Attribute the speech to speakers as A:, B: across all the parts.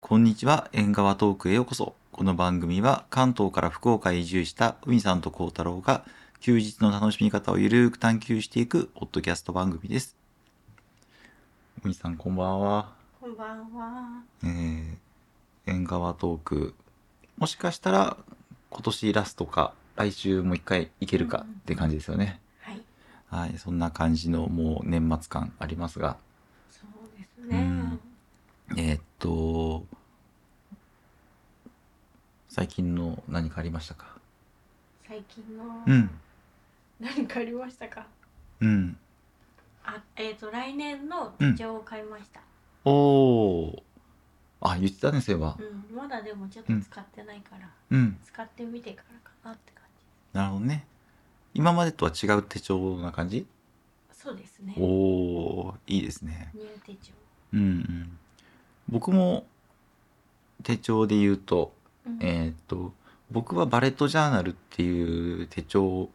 A: こんにちは、縁側トークへようこそ。この番組は関東から福岡へ移住した海さんと幸太郎が休日の楽しみ方をゆるーく探求していくポッドキャスト番組です。海さん、こんばんは。
B: こんばんは。
A: えー、縁側トーク。もしかしたら今年ラストか、来週もう一回いけるかって感じですよね。
B: はい。
A: はい、そんな感じのもう年末感ありますが、
B: そうですね。
A: うんえーっと、最近の何かありましたか
B: 最近の
A: うん。
B: 何かありましたか。
A: うん。
B: あ、えっ、と来年の
A: うん
B: 手帳を買いました。
A: おお。あ、言ってたね、そういえば
B: う。ん、まだでもちょっと使ってないから、
A: うん。
B: 使ってみてからかなって感
A: なるほどね。今までとは違う手帳な感じ
B: じ。そうですね。
A: お
B: 入
A: おー、いいですね。
B: 手帳。
A: うんうん。僕も手帳で言うと、
B: うん
A: えーっと、僕はバレットジャーナルっていう手帳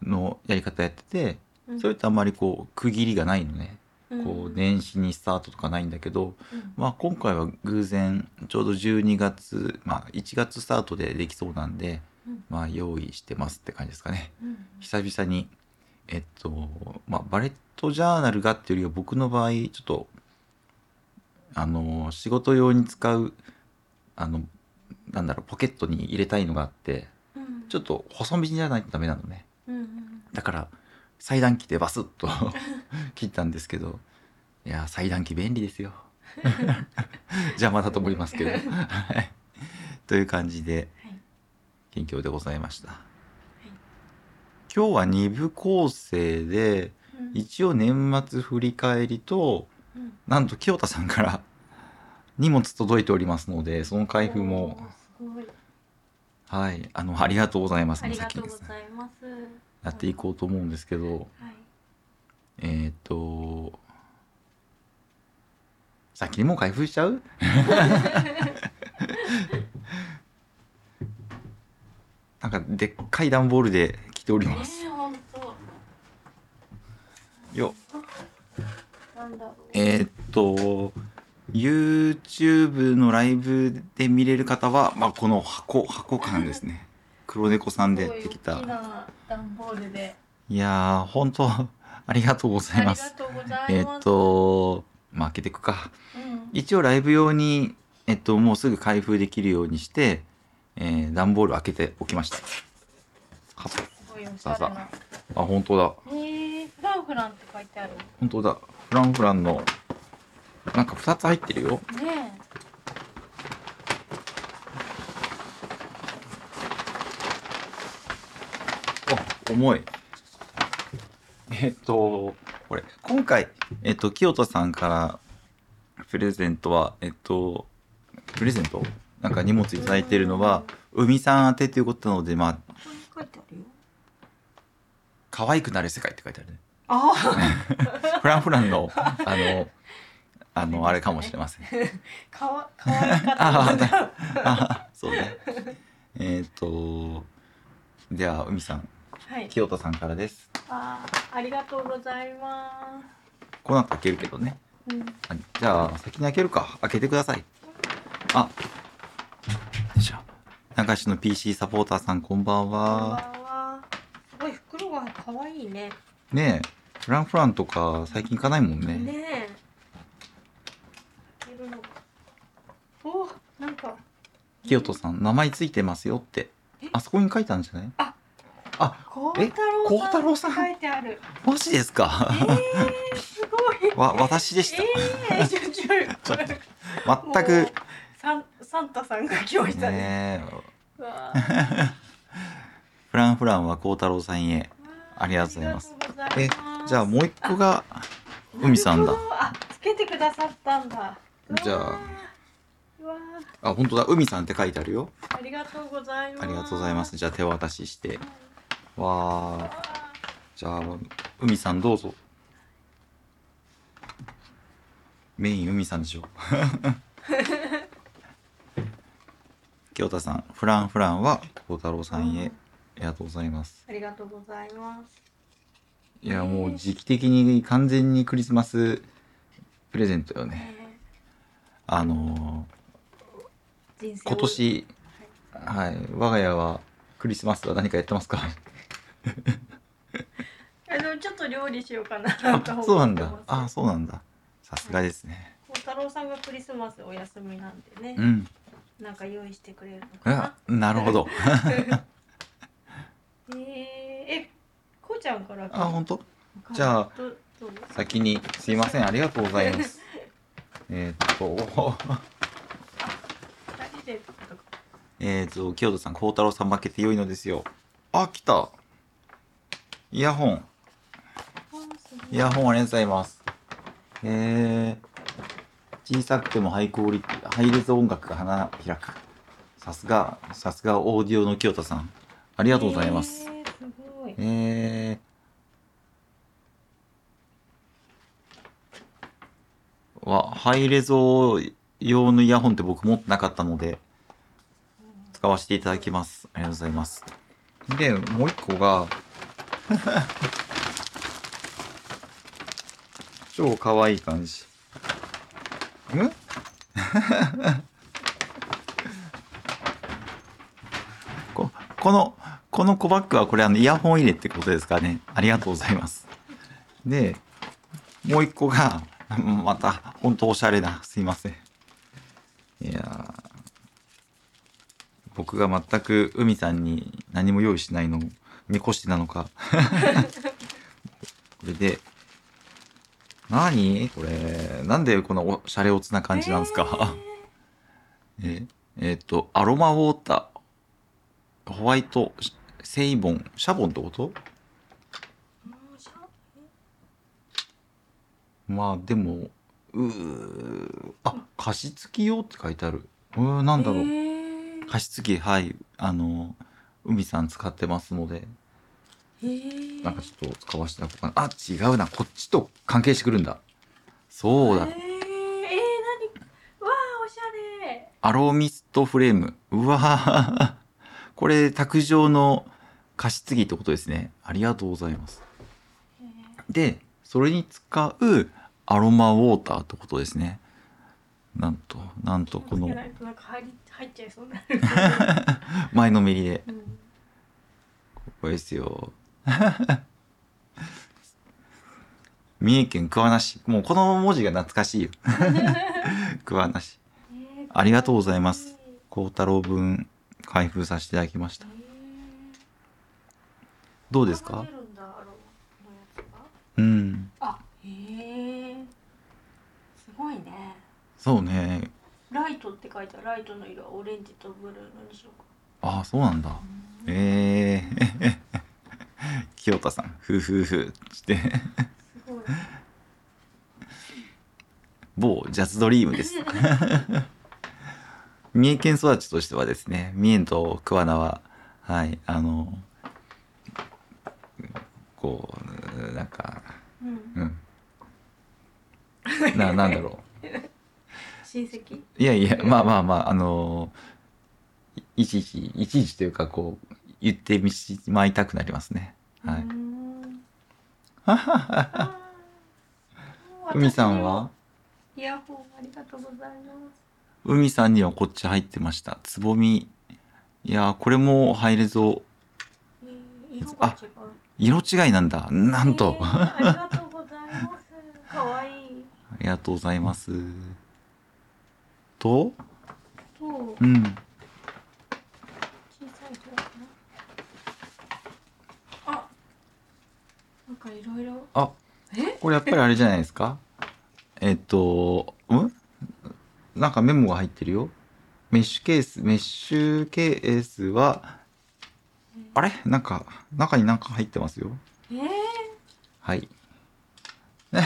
A: のやり方やってて、それとあんまりこう区切りがないのね。こう、年始にスタートとかないんだけど、
B: うん
A: まあ、今回は偶然ちょうど12月、まあ、1月スタートでできそうなんで、
B: うん
A: まあ、用意してますって感じですかね
B: うん
A: 久々にえっと、まあ、バレットジャーナルがっていうよりは僕の場合ちょっとあの仕事用に使うあのなんだろうポケットに入れたいのがあって
B: うん
A: ちょっと細身じゃないとダメなのね
B: うんうん
A: だから裁断機でバスッと 切ったんですけどいやー裁断機便利ですよ 邪魔だと思いますけどはいという感じで
B: はい。
A: 近況でございました、今日は2部構成で
B: うん
A: 一応年末振り返りと
B: うん
A: なんと清田さんから 荷物届いておりますのでその開封も
B: おーすごい。
A: はいあのありがとうございます
B: あ
A: の
B: りが
A: 先
B: と
A: に
B: う
A: で
B: ご
A: すね
B: ざいます。
A: やっていこうと思うんですけど
B: はい。
A: えーっ、と、先にもう開封しちゃうなんかでっかい段ボールで来ており
B: ね
A: ます。
B: え、本当。
A: よ
B: なんだろう。
A: えーっ、と、YouTube のライブで見れる方は、まあ、この箱、箱感ですね。黒猫さんでやってき
B: すごい大
A: た。
B: きな段ボールで。
A: いやー、本当ありがとうござ
B: あ
A: い
B: りが
A: ます。
B: とうござ
A: え
B: い
A: ー
B: ま
A: っ
B: す。
A: と、まあ、開けていくか。
B: うん、
A: 一応ライブ用に、えっと、もうすぐ開封できるようにして、えー、段ボール開けておきました。は
B: すごいおしゃれ
A: さ
B: な。
A: あ、本当だ。
B: えー、フランフランって書いてある。ね
A: 本当だ。フランフランの、なんか2つ入ってるよ。あ、重い。えっと、これ、今回、えっと、清田さんからプレゼントは、えっと、プレゼントなんか荷物いただいてるのは、海さん宛てということなので、まあ、
B: え。ここに書いてあるよ。
A: 可愛くなる世界って書いてあるね。
B: あ
A: フランフランの、 あの、あの、あれかもしれません。
B: あ、かわ、かわいかっ
A: あ
B: たです。
A: あそうね。えっ、と、では、海さん、
B: はい。
A: 清田さんからです。
B: あー、ありがとうございま
A: この後開けるけどね。
B: す。うん。
A: あじゃあ、先に開けるか。開けてください。あ、よいしょ。流しの PC サポーターさん、こんばん
B: こんばん
A: は。
B: は。すごい袋が可愛いね。
A: ねえ、フランフランとか最近行かないもんね。
B: ねえ。開けるのかおー、なんか。
A: 清田さん、名前ついてますよって
B: え。
A: あそこに書いたんじゃない
B: あ
A: あ、
B: 孝
A: え
B: 太郎さん。
A: 孝太郎さん
B: 書いてある。
A: マジですか
B: えー、すごい。
A: わ、私でした。
B: ええー、ちょちょちょ。
A: 全く。
B: サンサンタさんが来ましたね。
A: ねえ
B: うわ
A: フランフランは孝太郎さんへ。
B: あ
A: ありがとうございます。え
B: え、
A: じゃあもう一個が、海さんだ。
B: あ、つけてくださったんだ。うわー
A: じゃあ。
B: うわ
A: あ、本当だ、海さんって書いてあるよ。
B: ーありがとうございます。
A: ありがとうございます。。じゃあ手渡しして。
B: わ
A: わあ、
B: あ
A: じゃあ、海さんどうぞ。メイン海さんでしょ。 清田さん、フランフランは孝太郎さんへ。ありがとうございます。
B: ありがとうございます。
A: いや、もう時期的に完全にクリスマスプレゼントよね。
B: ね
A: あのー
B: 人生を
A: 今年、はい、我が家はクリスマスは何かやってますか
B: あでもちょっと料理しようかな
A: あ
B: と思ってます
A: そうなんだあそうなんださすがですね
B: 孝太郎さんがクリスマスお休みなんでね、
A: うん
B: なんか用意してくれるのかな
A: あなるほど
B: えー、えこうちゃんから
A: あ本当
B: 当
A: じゃあ
B: どどう
A: 先にすいませんありがとうござい ますえーっと おー
B: 二人でとか
A: えーっと清田さん孝太郎さん負けて良いのですよあ来たイヤホン
B: あすごい
A: イヤホンありがとうございます。えー、小さくてもハイクオリティ、ハイレゾ音楽が花開く。さすが、さすがオーディオの清田さん。ありがとうございます。
B: えー、すごい
A: えー、わ、ハイレゾ用のイヤホンって僕持ってなかったので、使わせていただきます。ありがとうございます。で、もう一個が、 超かわいい感じ。ん ここの、この小バッグはこれあのイヤホン入れってことですかね。ありがとうございます。で、もう一個が、また、ほんとおしゃれな、すいません。いやー僕が全く海さんに何も用意しないのを見越してなのか。 これで、何これ、なんでこんなおしゃれおつな感じなんですか、ええーっと、アロマウォーター、ホワイト、シセイボン、シャボンってこと
B: えーうんしゃ
A: まあでも、うー、あ、加湿器用って書いてある。うー、なんだろ
B: え
A: う。
B: ー
A: 加湿器、はい、あの、海さん使ってますので、
B: えー
A: なんかちょっと使わせてもらおうかな。あ、違うな。こっちと関係してくるんだ。そうだ
B: えー、えー、何わあおしゃれ
A: アローミストフレーム。うわーこれ、卓上の加湿器ってことですね。ありがとうございます。
B: え
A: で、それに使うアロマウォーターってことですね。なんと、なんと
B: ー
A: この
B: 気をつけないとなんか入り入っちゃいそうになる、
A: 前のめりで、
B: うん
A: ここですよ。 三重県桑名市。もうこの文字が懐か しいよ。桑名市。
B: えー
A: ありがとうございます。孝太郎分開封させていただきました
B: え。ー
A: どうですか
B: 選べるんだアロマのやつが
A: うん。
B: あへえすごいね
A: そうね。
B: ライトって書いてあるライトの色はオレンジとブルーのにしようか
A: ああ、そうなんだ。ええ 清田さん、ふうふうふうって、
B: すごい
A: 某ジャズドリームです。 三重県育ちとしてはですね、三重と桑名は、はい、あの、こう、なんか、
B: うん
A: うん。な、なんだろう。
B: 親戚
A: いやい や、まあまあまあ、あのーいいちいち、いちいちというか、こう、言ってみしまいたくなりますね。は
B: う
A: い
B: ー。んあー
A: 海さんは
B: イヤホンありがとうございます
A: 海さんにはこっち入ってました。つぼみ。いやー、これも入れぞ。
B: えー色が違う
A: 色違いなんだ。なんと。
B: え
A: あ
B: ーありがとうございますかわいい
A: りがとうございます。と、
B: と小
A: うん。
B: さい色かなあなんかいろいろ
A: あ、
B: え
A: これやっぱりあれじゃないですか。 えっと、うんなんかメモが入ってるよ。メッシュケース、メッシュケースは、あれなんか、中になんか入ってますよ。
B: え
A: はい。
B: ー、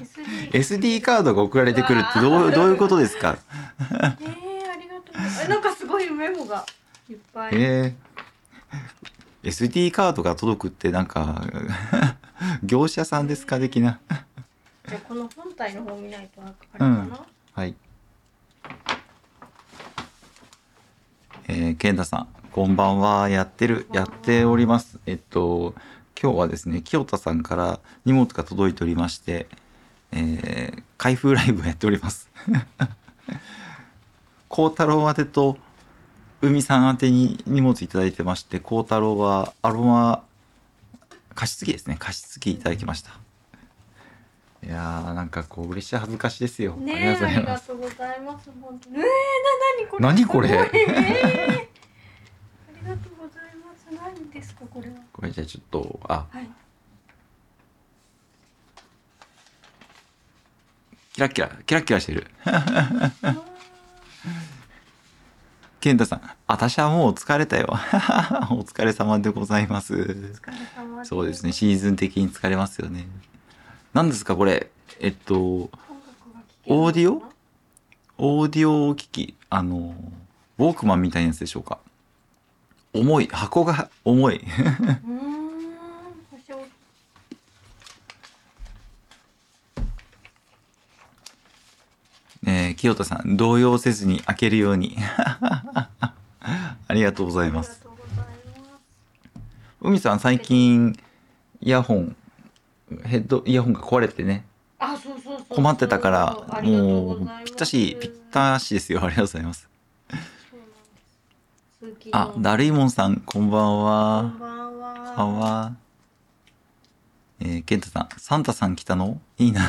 B: SD
A: SD カードが送られてくるってどうどういうことですか
B: えー、ありがとうございます。なんかすごいメモがいっぱい。
A: えー、SD カードが届くってなんか、 業者さんですか的な。
B: じゃあこの本体の方見ないとあれかな。
A: うんはい。えー、健太さん、こんばんは。やってる、やっております。えっと、今日はですね、清田さんから荷物が届いておりまして、えー開封ライブをやっております。孝太郎宛てと海さん宛てに荷物いただいてまして孝太郎はアロマ加湿器ですね加湿器いただきましたいやーなんかこう嬉しい恥ずかしいですよ、
B: ね
A: あり
B: え
A: がとう
B: あ
A: ござ
B: り
A: いま
B: が
A: す
B: とうございます。本当に。ええな何これ。
A: 何これ
B: すごいねありがとうございます。何ですかこれは。
A: これじゃあちょっとあ
B: はい。
A: キラキラキラキラしてる
B: あー
A: 健太さん「私はもう疲れたよ お疲れ様でございます
B: お疲れ様です。
A: そうですね。シーズン的に疲れますよね何ですかこれえっと
B: 音楽が聴けるのかな
A: オーディオオーディオ機器あのウォークマンみたいなやつでしょうか重い箱が重い
B: うーん。私は
A: えー、清田さん動揺せずに開けるように ありがとうござ
B: あ
A: い
B: りが
A: ま
B: と
A: す
B: うございます。
A: 海さん最近イヤホンヘッドイヤホンが壊れてね
B: あ、そうそうそうそう。
A: 困ってたか
B: あ
A: ら
B: りがとう
A: も
B: ご
A: う
B: ざいます
A: ぴったしぴったしですよありがとうございます
B: そうなんです。通勤
A: あ
B: の
A: だるいもんさんこんばん
B: こ
A: は
B: んばんは。
A: はわえー、ケンタさん、サンタさん来たのい いな。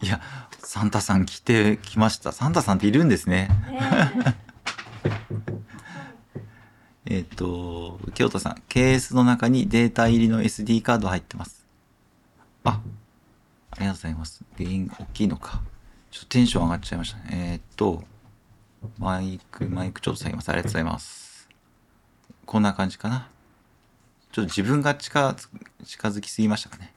A: いや、サンタさん来てきました。サンタさんっているんですね。
B: ねえ。
A: えっ、と、京都さん、ケースの中にデータ入りの SD カード入ってます。あ、ありがとうございます。原因大きいのか。ちょっとテンション上がっちゃいましたね。えっ、と、マイク、マイクちょっと下げます。ありがとうございます。こんな感じかな。ちょっと自分が近づ、近づきすぎましたかね。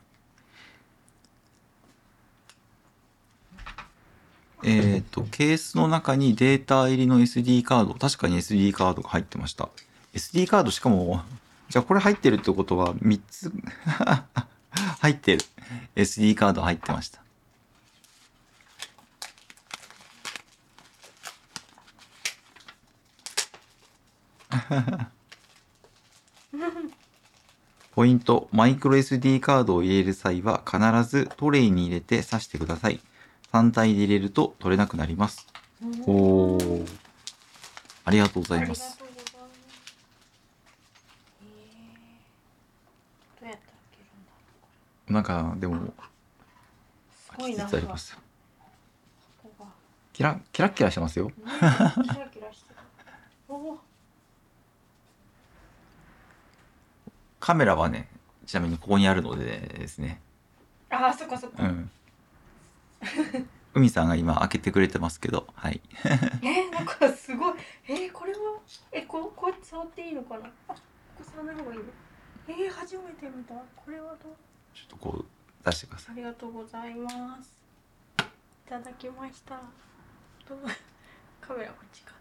A: えっ、と、ケースの中にデータ入りの SD カード、確かに SD カードが入ってました。SD カードしかも、じゃあこれ入ってるってことは3つ、 入ってる。SD カード入ってました。ポイント、マイクロ SD カードを入れる際は必ずトレイに入れて挿してください。単体で入れると取れなくなります。
B: うん
A: おー。ありがとうございます。
B: ありがとうございます。えー、どうやって開けるんだ
A: なんか、でも、
B: すご
A: 開
B: い
A: き
B: な
A: つ
B: ん
A: つ
B: か
A: あります。
B: ここ
A: キラ、キラッキラしてますよ。
B: がねキラキラしてる。おお、
A: カメラはね、ちなみにここにあるのでですね。
B: ああ、そっかそっ
A: う
B: か。
A: ん。 海さんが今開けてくれてますけど、はい。
B: えー、なんかすごい。えー、これは、えここうやって触っていいのかな。あ、ここ触らない方がいいの。えー、初めて見た。これはどう。
A: ちょっとこう出してくださ
B: ありがとうございます。いただきました。どうカメラこっちか。
A: い。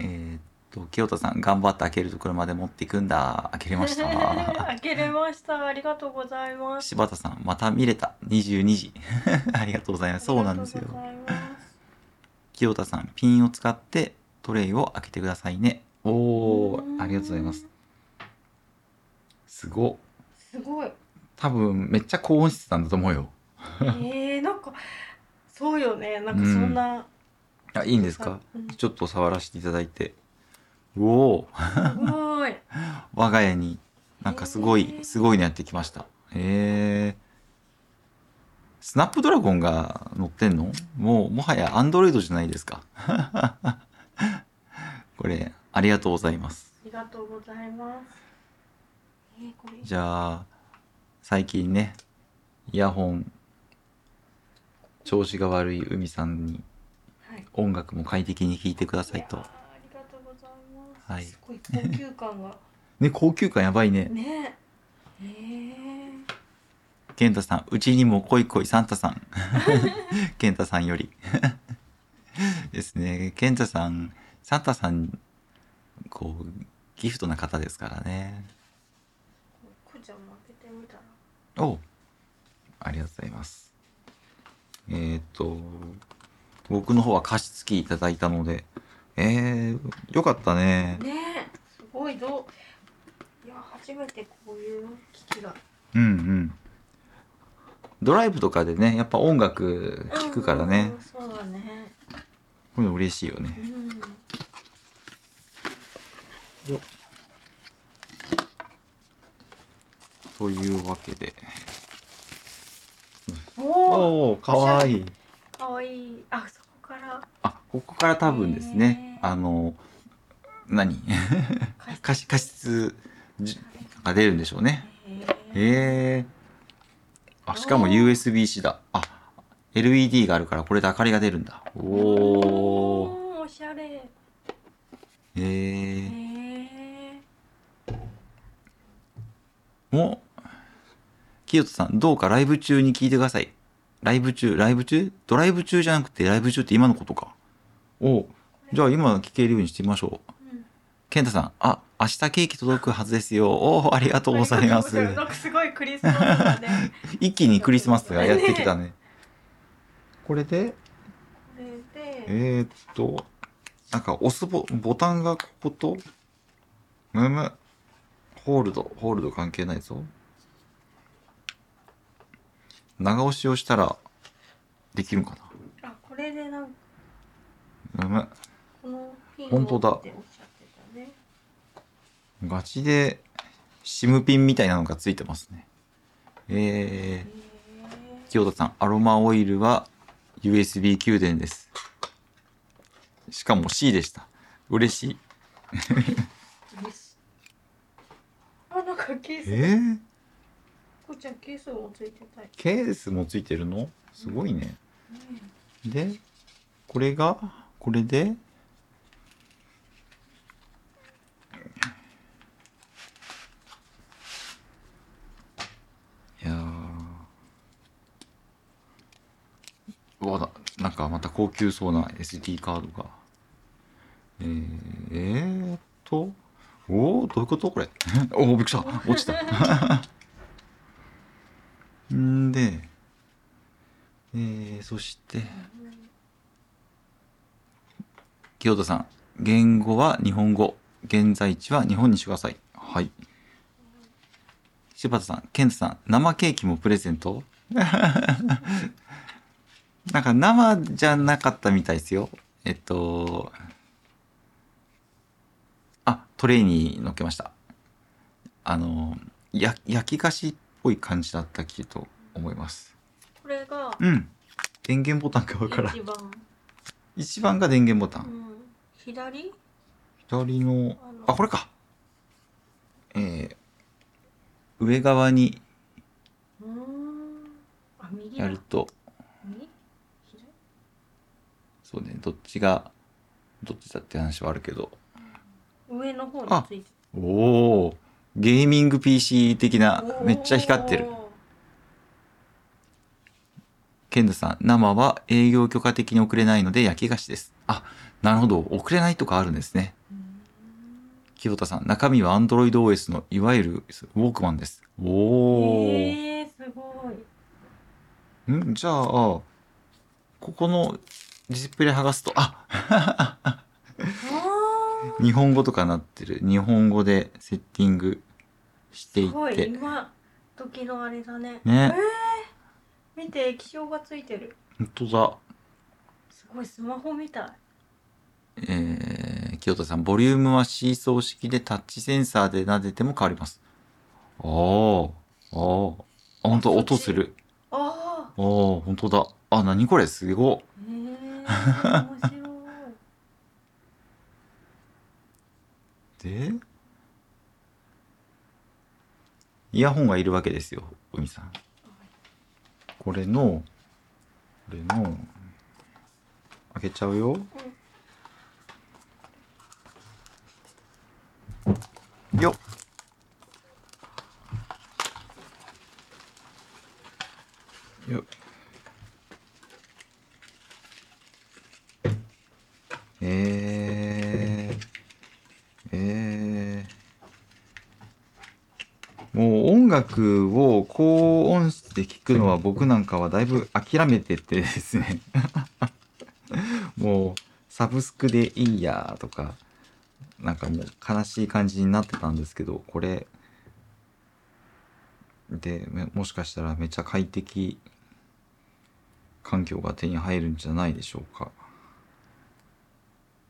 A: えーっと、清田さん、頑張って開けるところまで持っていくんだ。開けれました。
B: 開けれました。ありがとうございます。
A: 柴田さん、また見れた。22時。 ありがとうございます。そうなんですよ
B: あ。りがとうございます
A: 清田さん、ピンを使ってトレイを開けてくださいね。お
B: うーん
A: ー、ありがとうございます。すごっ。
B: すごい。
A: 多分、めっちゃ高音質なんだと思うよ。
B: えー、なんか。そうよね。なんかそんな。
A: あ、いいんですか
B: うん
A: ちょっと触らせていただいて。うおー
B: すごい。
A: 我が家になんかすごい、
B: へー
A: すごいのやってきました。へえ。スナップドラゴンが乗ってんのもう、もはやアンドロイドじゃないですか。 これ、ありがとうございます。
B: ありがとうございます。えー、これ。
A: じゃあ、最近ね、イヤホン、調子が悪い海さんに
B: はい。
A: 音楽も快適に聴いてください
B: い
A: と
B: やー。ありがとうございます。
A: はい
B: すごい高級感が。
A: ね、高級感やばい ね。
B: ね。えー。
A: 健太さん、うちにも恋恋サンタさん。 健太さんより。 ですね。健太さん、サンタさん、こう、ギフトな方ですからね。
B: こうちゃんも開けてみたら。
A: おうありがとうございます。えーっ、と、僕の方は加湿器いただいたので、えー、よかったね。
B: ねえすごいどういや初めてこういう機器が
A: うんうん。ドライブとかでね、やっぱ音楽聴くからね。
B: うんそうだね
A: こういうの嬉しいよね
B: うん
A: というわけで
B: おお
A: おおかわいい
B: かわいいあそこから
A: あここから多分ですね
B: へー
A: あの何
B: 返して
A: 過失過失じ
B: あれか
A: が出るんでしょうね
B: へえ
A: へえあしかも
B: おー
A: USB-C だあ LED があるからこれで明かりが出るんだおお
B: おおしゃれへ
A: へえ
B: え
A: お清人さん、どうかライブ中に聞いてください。ライブ中、ライブ中ドライブ中じゃなくてライブ中って今のことか。おうじゃあ今聞けるようにしてみましょう。
B: うん
A: 健太さん、あ、明日ケーキ届くはずですよ。おおありがとうございます
B: あ。りがとうございますなんかすごいクリスマスだね。
A: 一気にクリスマスがやってきたね。これで、
B: これで、
A: えー、っと、なんか押すボボタンがここと、むむ、ホールド、ホールド関係ないぞ。長押しをしたら、できるんか
B: あ、これでなんか
A: な。む
B: このピンを
A: 本当だ
B: っておっしゃってたね。
A: む、ガチで、シムピンみたいなのがついてますね。えー、
B: へ
A: 清田さん、アロマオイルは USB 給電です。しかも C でした。嬉しい。
B: え。嬉しいあ、なんかケース。
A: えー
B: こうちゃんケースもついてたい。
A: ケースもついてるのすごいね。
B: ね
A: でこれがこれでいやーわだなんかまた高級そうな SD カードがえー、えーっとおおどういうことこれ おおびっくりした落ちたんでえー、そして清田さん言語は日本語現在地は日本にしてくださいはい柴田さん健太さん生ケーキもプレゼント なんか生じゃなかったみたいですよえっとあトレイに乗っけましたあのや焼き菓子っぽい感じだったきと思います
B: これが
A: うん電源ボタンかわからん
B: 一番。
A: 一番が電源ボタ
B: う
A: ン、
B: ん。左？
A: 左の
B: あの
A: あこれかえー、上側に
B: うーん。あ、右だ。
A: やると
B: 右？左？
A: そうねどっちがどっちだって話はあるけど
B: 上の方について
A: おおゲーミング PC 的
B: た
A: な。めっちゃ光ってるケンドさん生は営業許可的に送れないので焼き菓子ですあなるほど送れないとかあるんですね
B: うん
A: 清田さん中身は AndroidOS のいわゆるウォークマンですおお、
B: えー、すごい。
A: んじゃあここのディスプレイ剥がすとあ
B: あ
A: 日本語とかなってる日本語でセッティングして
B: ー
A: い
B: すご
A: っ
B: い
A: て
B: 今時のあれだね。
A: ね
B: 見て液晶がついてる。
A: 本当だ
B: すごいスマホみたい。
A: えー、清田さんボリュームはシーソー式でタッチセンサーで撫でても変わりますあーあーあ本当
B: あそっち
A: 音する
B: ああ。
A: あー本当だあ何これすご
B: えー、面白い。
A: いでイヤホンがいるわけですよ海さんこれのこれの開けちゃうよ、よっよっえー、えー、もう音楽を高音質で聴くのは僕なんかはだいぶ諦めててですねもうサブスクでいいやとかなんかもう悲しい感じになってたんですけどこれでめもしかしたらめっちゃ快適環境が手に入るんじゃないでしょうか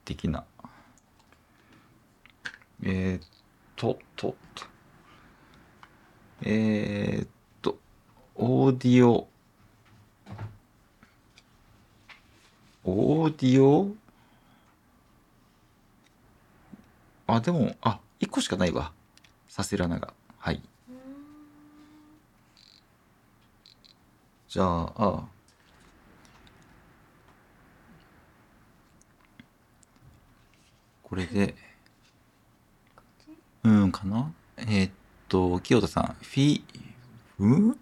A: 的な。えー、っと、と、と。えー、っと、オーディオ。オーディオあ、でも、あ、1個しかないわ。させらなが。はい。
B: うーん
A: じゃあ、あこれで、うんかなえーっと、清田さん、フィ、うん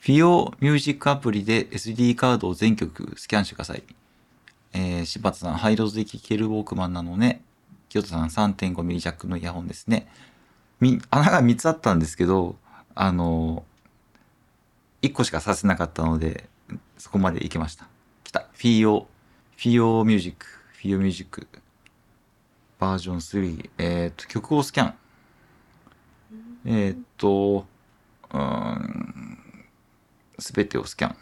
A: フィオミュージックアプリで SD カードを全曲スキャンしてください。えー、柴田さん、ハイローズで聴けるウォークマンなのね。清田さん、3.5ミリジャックのイヤホンですね。み、穴が3つあったんですけど、あの1個しかさせなかったのでそこまでいけました来たフィーオフィーオミュージックフィーオミュージックバージョン3えっ、と曲をスキャンえっ、とうーん全てをスキャン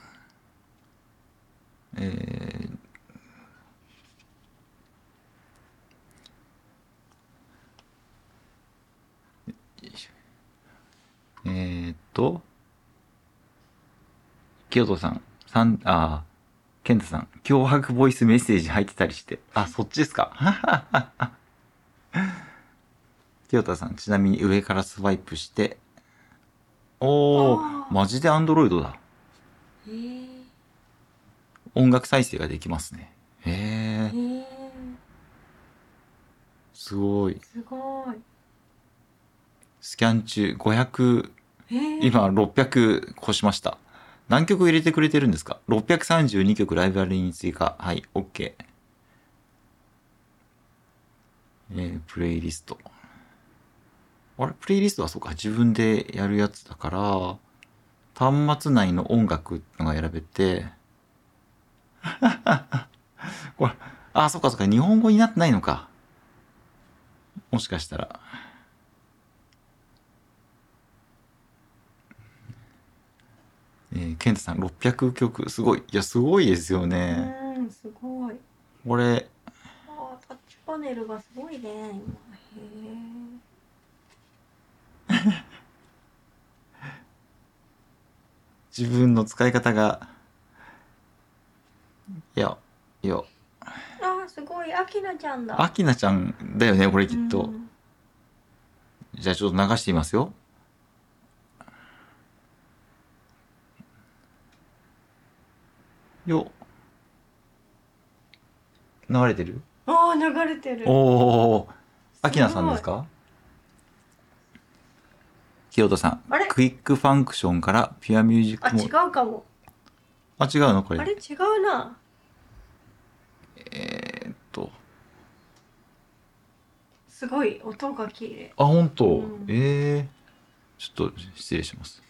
A: えーよいしょえーっと清人さん、さん、あー、健太さん、脅迫ボイスメッセージ入ってたりして、あ、そっちですか。 清田さん、ちなみに上からスワイプして、お
B: あ
A: ー、
B: ー
A: マジでアンドロイドだ。
B: えー
A: 音楽再生ができますね。へ
B: え
A: え、
B: ー
A: すごい。
B: すごい
A: スキャン中500、
B: えー
A: 今600越しました。何曲入れてくれてるんですか ?632 曲ライブラリに追加。はい、OK。えー、プレイリスト。あれプレイリストはそうか、自分でやるやつだから、端末内の音楽ってのが選べて、 これ、あ、そっかそっか、日本語になってないのか。もしかしたら。えー、ケンタさん600曲すごいいやすごいですよ
B: う
A: ね
B: ーんすごい
A: これ
B: あータッチパネルがすごいね今へえ
A: 自分の使い方がいやいや
B: あーすごいアキナちゃんだ
A: アキナちゃんだよねこれきっ
B: う
A: と
B: ん
A: じゃあちょっと流してみますよよ流れてる
B: あー流れてる
A: おおアキナさんですか清田さん
B: あれ
A: クイックファンクションからピュアミュージッ
B: あ
A: クも
B: 違うかも
A: あ違うのこれ
B: あれ違うな
A: えーっと
B: すごい音が綺麗
A: あ本当、
B: うん
A: ええー、ちょっと失礼します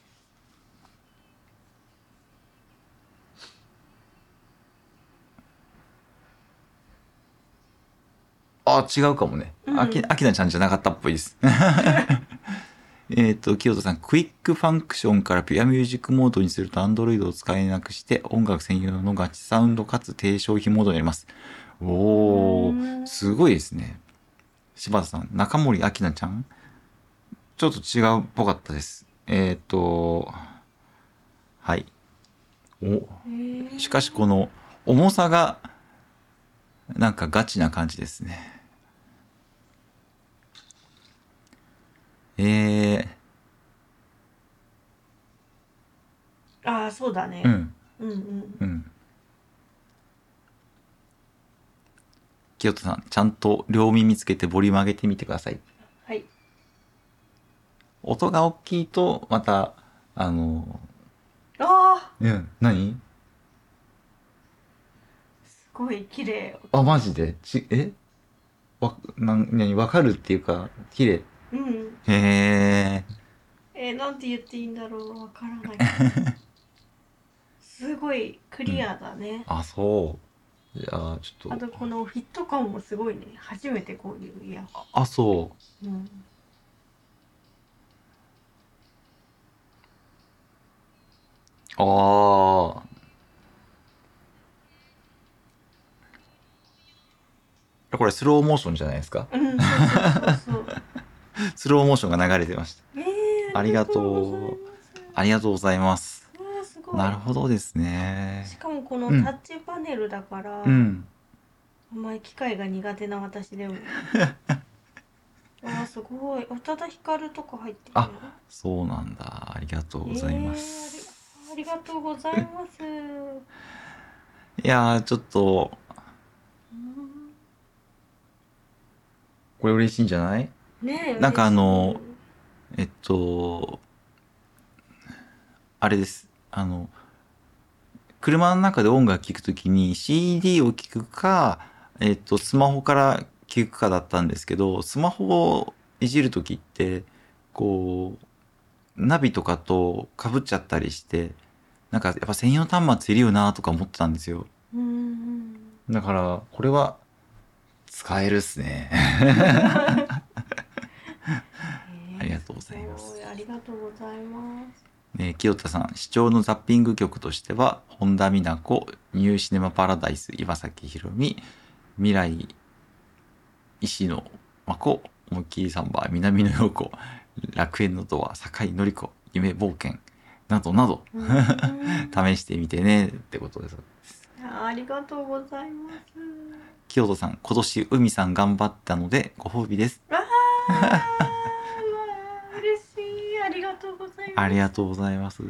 A: あ違うかもね、
B: うん
A: あきあきなちゃんじゃなかったっぽいです えっと清田さんクイックファンクションからピュアミュージックモードにすると Android を使えなくして音楽専用のガチサウンドかつ低消費モードになりますおお、
B: うん
A: すごいですね。柴田さん、中森明菜ちゃんちょっと違うっぽかったです。えっ、と、はい。お、
B: へー
A: しかしこの重さが、なんかガチな感じですね。えー、
B: ああそうだね、
A: うん、
B: うん、うん
A: うん。清田さん、ちゃんと両耳つけてボリューム上げてみてください。
B: はい
A: 音が大きいとまたあの
B: あ
A: うん何
B: ーすごい綺麗
A: あマジでちえわなん何わかるっていうか綺麗
B: うん
A: へえ
B: えー、なんて言っていいんだろうわからない すごいクリアだね、
A: あそうじゃあちょ
B: あ
A: っと
B: とこのフィット感もすごいね初めてこういうイヤホ
A: あそう
B: ン、うん、
A: ああ。これスローモーションじゃないですか
B: うん、そうそうそうそう。
A: スローモーションが流れてました
B: えー、
A: ありがとうありがとうございます
B: うございます。わあすごい。
A: なるほどですね
B: しかもこの
A: うん
B: タッチパネルだから、
A: うん
B: あんまり機械が苦手な私 でも。わあすごい。宇多田ヒカルとか入ってるよ。
A: そうなんだありがとうございます、
B: えーありありがとうございます。う
A: いやーちょっと
B: ん
A: これ嬉しいんじゃない
B: ねえ。
A: なんかあの
B: 嬉しい
A: えっとあれですあの車の中で音楽聴くときに CD を聴くか、えっと、スマホから聴くかだったんですけどスマホをいじるときってこうナビとかとかぶっちゃったりしてなんかやっぱ専用端末いるよなとか思ってたんですよ
B: うんうん。
A: だからこれは使えるっすねあ
B: え
A: りがとうございます
B: ごありがとうござい ます。
A: えー清田さん視聴のザッピング曲としては本田美奈子ニューシネマパラダイス岩崎宏美未来石野真子思いっきりサンバ南野陽子楽園のドア酒井紀子夢冒険などなど
B: うんうん
A: 試してみてねってことです
B: あありがとうございます。
A: 清田さん今年海さん頑張ったのでご褒美です
B: わあ、わあ嬉しい。ありがとうございます。
A: ありがとうございます
B: わ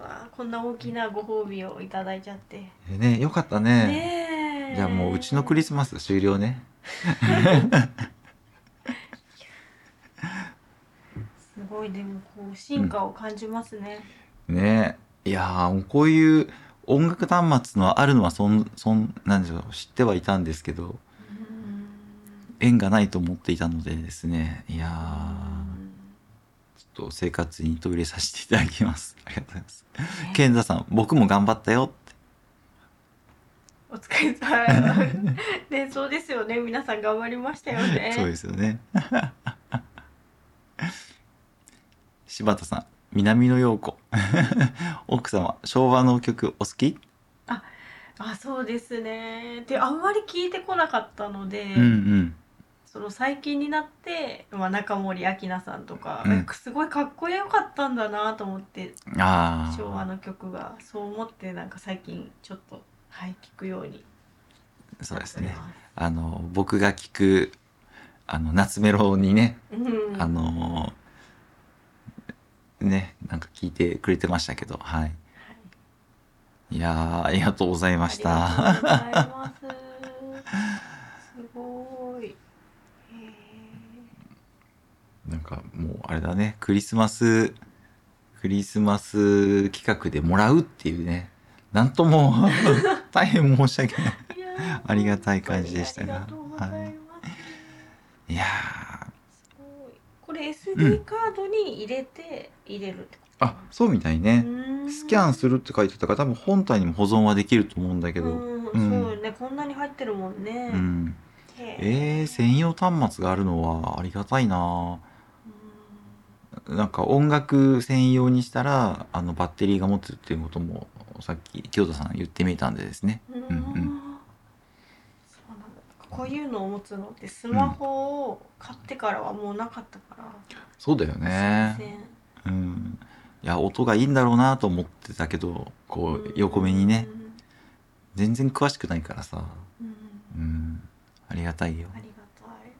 B: あこんな大きなご褒美をいただいちゃって。
A: えーねよかったね
B: ねえ。
A: じゃあもううちのクリスマス終了ね
B: すごいでもこう進化を感じますね。
A: ねえいやーもうこういう音楽端末のあるのはそんそんなんでしょう知ってはいたんですけど
B: うん
A: 縁がないと思っていたのでですねいやーちょっと生活に取り入れさせていただきます ありがとうございます
B: ね
A: 健太さん僕も頑張ったよって
B: お疲れ様。 ねそうですよね。皆さん頑張りましたよね。
A: そうですよね柴田さん南野陽子 奥様昭和の曲お好き、
B: あそうですね。であんまり聞いてこなかったので。
A: うんうん
B: その最近になって、まあ、中森明菜さんとか、
A: うん
B: すごいかっこよかったんだなと思って
A: ああ
B: 昭和の曲がそう思ってなんか最近ちょっとはい聞くように
A: そうです
B: な
A: ね
B: ってま
A: あの僕が聞くあの夏メロにね、
B: うん、
A: あのねなんか聞いてくれてましたけどはいいやーありがとうございました
B: ありがとうございますすごいへえ
A: なんかもうあれだねクリスマスクリスマス企画でもらうっていうねなんとも 大変申し訳ない
B: いやー
A: ありがたい感じでしたが
B: 本当にありがとうございます、
A: いやー
B: すごいこれ SD カードに入れて入れるってこ
A: あそうみたい
B: と、
A: ね
B: うーん
A: スキャンするって書いてたから多分本体にも保存はできると思うんだけど
B: う、
A: うんん
B: そうよねこんなに入ってるもんね、
A: うん
B: へ
A: えー、専用端末があるのはありがたいな
B: う
A: なんか音楽専用にしたらあのバッテリーが持つっていうこともさっき清田さん言ってみたんでですね
B: ん
A: うんう
B: そうなんだこういうのを持つのってスマホを買ってからはもうなかったから、
A: そうだよ
B: すいま
A: ねうんいや音がいいんだろうなと思ってたけど
B: せ
A: こ
B: ん
A: う横目にね
B: うん
A: 全然詳しくないからさ
B: うん
A: うんありがたいよ
B: ありがたい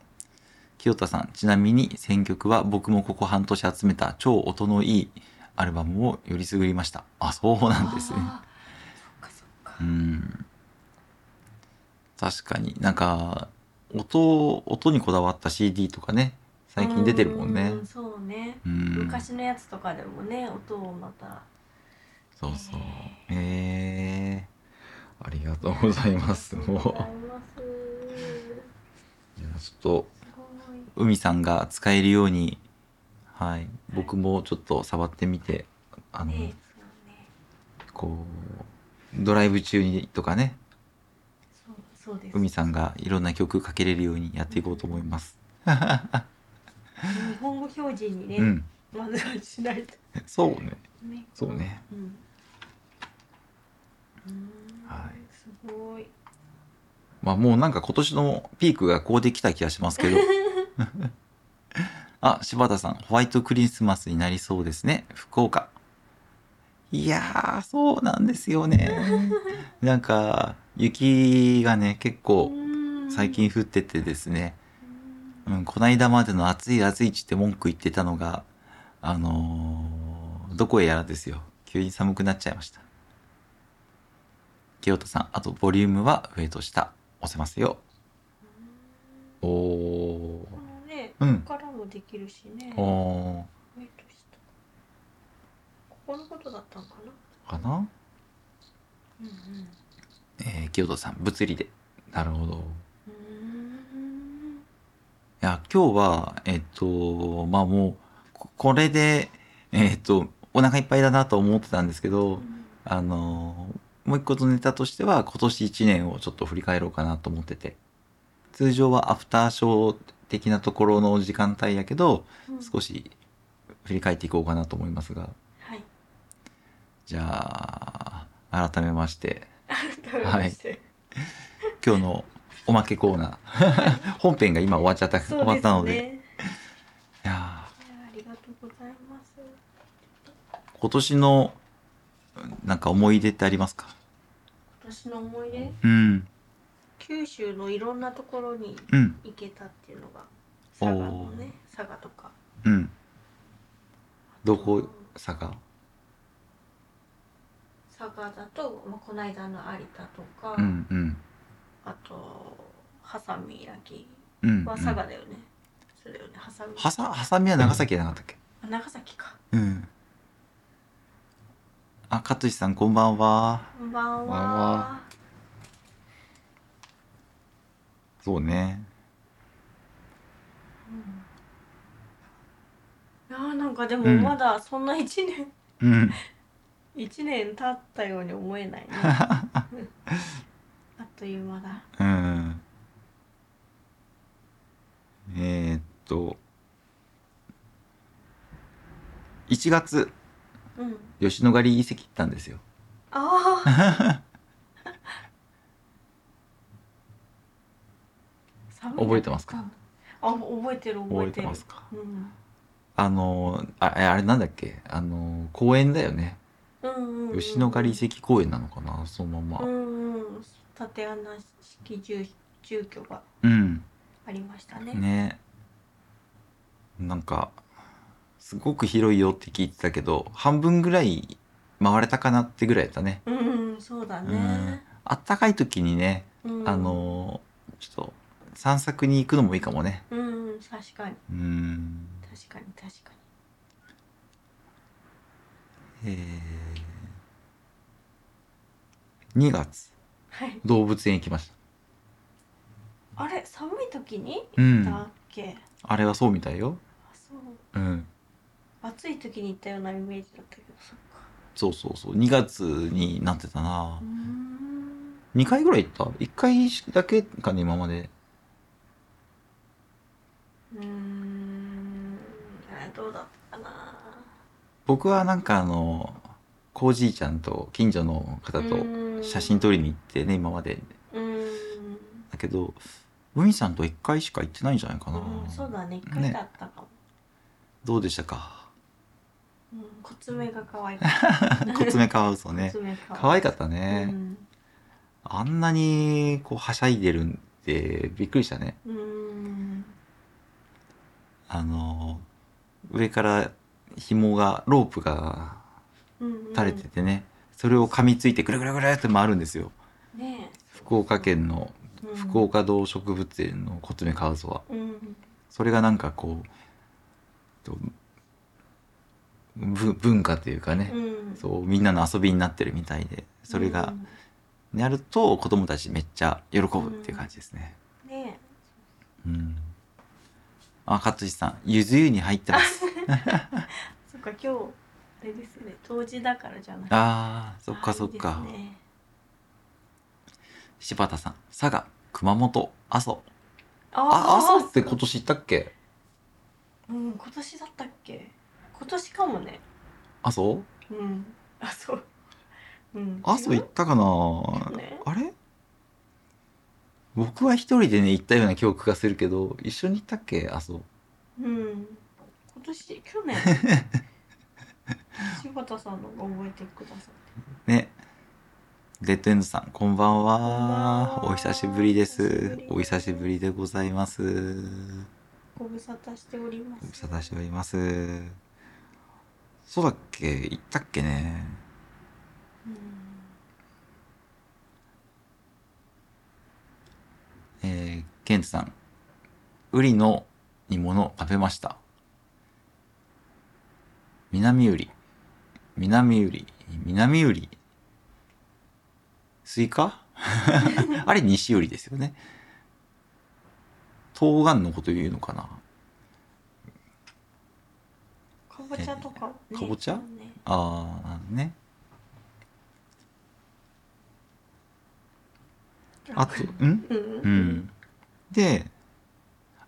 A: 清田さんちなみに選曲は僕もここ半年集めた超音のいいアルバムをよりすぐりましたあそうなんですね
B: あーそっかそっか、
A: うん確かになんか音音にこだわった CD とかね最近出てるもんね
B: うそうね
A: うん
B: 昔のやつとかでもね音をまた
A: そうそうへえありがとうございますもう
B: ありがとうございます
A: いやちょっ
B: すごい
A: と海さんが使えるようにはい僕もちょっと触ってみてあの、
B: ねそうね
A: こうドライブ中にとかね
B: そうそうです
A: 海さんがいろんな曲かけれるようにやっていこうと思います
B: 日本語表示にね、
A: うん
B: まずはしないと
A: そうね
B: ね
A: そうね
B: うんうーん
A: はい
B: すごい。
A: まあもうなんか今年のピークがこうできた気がしますけど。 あ、柴田さん、ホワイトクリスマスになりそうですね。福岡。いやー、そうなんですよね。なんか、雪がね、結構最近降っててですね。
B: うん
A: うん、こないだまでの暑い暑いちって文句言ってたのが、あのーどこへやらですよ。急に寒くなっちゃいました。清田さん、あとボリュームは上と下、押せますよ。おー。
B: このね、
A: う
B: こ
A: ん。
B: こからもできるしね。上
A: おー。
B: と下。ここのことだったのかな。
A: かな
B: うんうん。
A: えー、清田さん、物理で。なるほど。
B: うーん
A: いや、今日は、えっと、まあもう、ここれで、えっと、お腹いっぱいだなと思ってたんですけど、あのーもう一個のネタとしては今年一年をちょっと振り返ろうかなと思ってて通常はアフターショー的なところの時間帯やけど
B: うん
A: 少し振り返っていこうかなと思いますが
B: はい。
A: じゃあ改めまして
B: 改めまして
A: 今日のおまけコーナー 本編が今終わっちゃった、終
B: そう
A: わ
B: で
A: った
B: す
A: ので
B: ね。
A: いや
B: いやありがとうございます。
A: ー今年のなんか思い出ってありますか
B: 私の思い出、
A: うん
B: 九州のいろんなところに
A: うん
B: 行けたっていうのが、
A: お
B: 佐賀
A: ー
B: のね、佐賀とか。
A: うんどこ佐賀
B: 佐賀だと、まあ、この間の有田とか、
A: うんうん
B: あとハサミ焼き
A: うんうん
B: は佐賀だよね、そうだよねハサミ
A: はさ、はさみは長崎じゃなかったっけ
B: あ長崎か
A: うん。あ、かつしさん、こんばんは。
B: こんばんは
A: こんばんはそうね。
B: うん、あーなんかでも
A: うん
B: まだそんな一年、
A: うん。
B: 一年経ったように思えない ねあっという間だ
A: うん。えー、っと。1月、
B: うん
A: 吉野ヶ里遺跡行ったんですよ。
B: ああ
A: 覚えてますか
B: あ覚えてる覚えてる
A: か
B: うん
A: あのー、あえあれなんだっけあのー、公園だよね。
B: うんうんうん、
A: 吉野ヶ里遺跡公園なのかなそのま
B: う
A: ま。
B: んうん縦穴式住住居が
A: うん。
B: ありましたね
A: ねなんかすごく広いよって聞いてたけど半分ぐらい回れたかなってぐらいだね
B: うんうんそうだね、
A: あったかい時にね、
B: うん、
A: あのーちょっと散策に行くのもいいかもね
B: うんうん確かに
A: うん
B: 確かに確かに
A: えー、2月
B: はい
A: 動物園行きました
B: あれ寒い時に
A: う
B: 行った
A: ん
B: っけ、あ
A: あれはそうみたいよ
B: そ
A: う
B: う
A: ん
B: 暑い時に行ったようなイメージだったけどそっか
A: そうそうそう2月になってたな
B: うーん
A: 2回ぐらい行った1回だけかね今まで
B: うーんあどうだったかな
A: 僕はなんかあのコージーちゃんと近所の方と写真
B: り
A: 撮りに行ってね今まで
B: うん
A: だけど海さんと1回しか行ってないんじゃないかな、
B: うんそうだね一回だったかも、
A: どうでした か
B: うん、コツメが可愛かった
A: コツメカワウソね
B: コツメ可
A: 可愛かったね、
B: うん
A: あんなにこうはしゃいでるんでびっくりしたね
B: うーん
A: あの上から紐がロープが
B: うんうん
A: 垂れててね、それを噛みついてぐるぐるぐるって回るんですよ
B: ねえ
A: 福岡県の
B: うん
A: 福岡動植物園のコツメカワウソは
B: うん
A: それがなんかこうとぶ文化というかね
B: う、ん
A: そうみんなの遊びになってるみたいでそれがやると子供たちめっちゃ喜ぶっていう感じですね。
B: うんね
A: うん、あ勝地さんゆず湯に入ってます。
B: えそっか今日あれですね冬至だからじゃない
A: あーそっかそっか、
B: いいですね
A: 柴田さん佐賀熊本阿蘇あ
B: あ
A: 阿
B: あ
A: 蘇って今年行ったっけ
B: うん今年だったっけ今年かもね
A: 阿蘇
B: うんあそううん
A: 阿蘇行ったかな、
B: ね
A: あれ僕は一人でね、行ったような記憶がするけど、一緒に行ったっけあ、そう。
B: うん。今年、去年。柴田さんのが覚えてくださって。
A: ね。レッドエンドさん、こんばん
B: こん
A: は。
B: ばんは
A: お久しぶりです。お
B: お
A: 久
B: 久
A: し
B: し
A: ぶ
B: ぶ
A: りでございます。
B: ご無沙汰しておりま
A: ご無
B: す
A: 沙。汰しております。そうだっけ行ったっけね
B: うん。
A: えー、ケントさん、ウリの煮物食べました。南ウリ、南ウリ、南ウリ。スイカ あれ西ウリですよね。冬瓜のこと言うのかな
B: かぼちゃとか、ね。
A: かぼちゃ
B: ね
A: ああ、なるほどね。あと、ん
B: うん。
A: う
B: うん。
A: ん。で、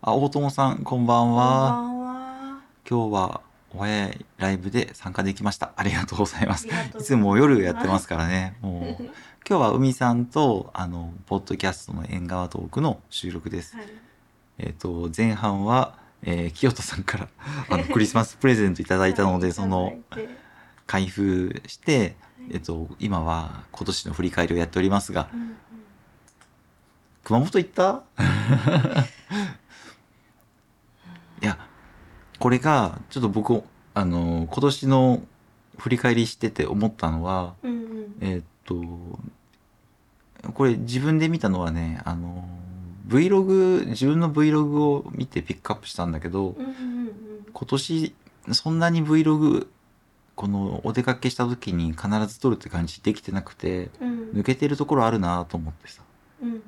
A: あ、大友さん、こんばん
B: こんば
A: は。
B: んは。
A: 今日はお早いライブで参加できました。ありがとうございます。
B: ありがとうございます
A: いつも夜やってますからね。もう今日は海さんとあのポッドキャストの縁側トークの収録です。
B: はい。
A: えっ、と前半は、えー、清田さん からあのクリスマスプレゼントいただいたので、
B: はい
A: その。
B: いただいて
A: 開封して、えっ、
B: はい
A: と今は今年の振り返りをやっておりますが、
B: うんうん
A: 熊本行った いやこれがちょっと僕あの今年の振り返りしてて思ったのは
B: うんうん。
A: えーっとこれ自分で見たのはねあの Vlog 自分の Vlog を見てピックアップしたんだけど
B: うんうんうん。
A: 今年そんなに Vlog このお出かけした時に必ず撮るって感じできてなくて
B: うん。
A: 抜けてるところあるなと思ってさ
B: うん。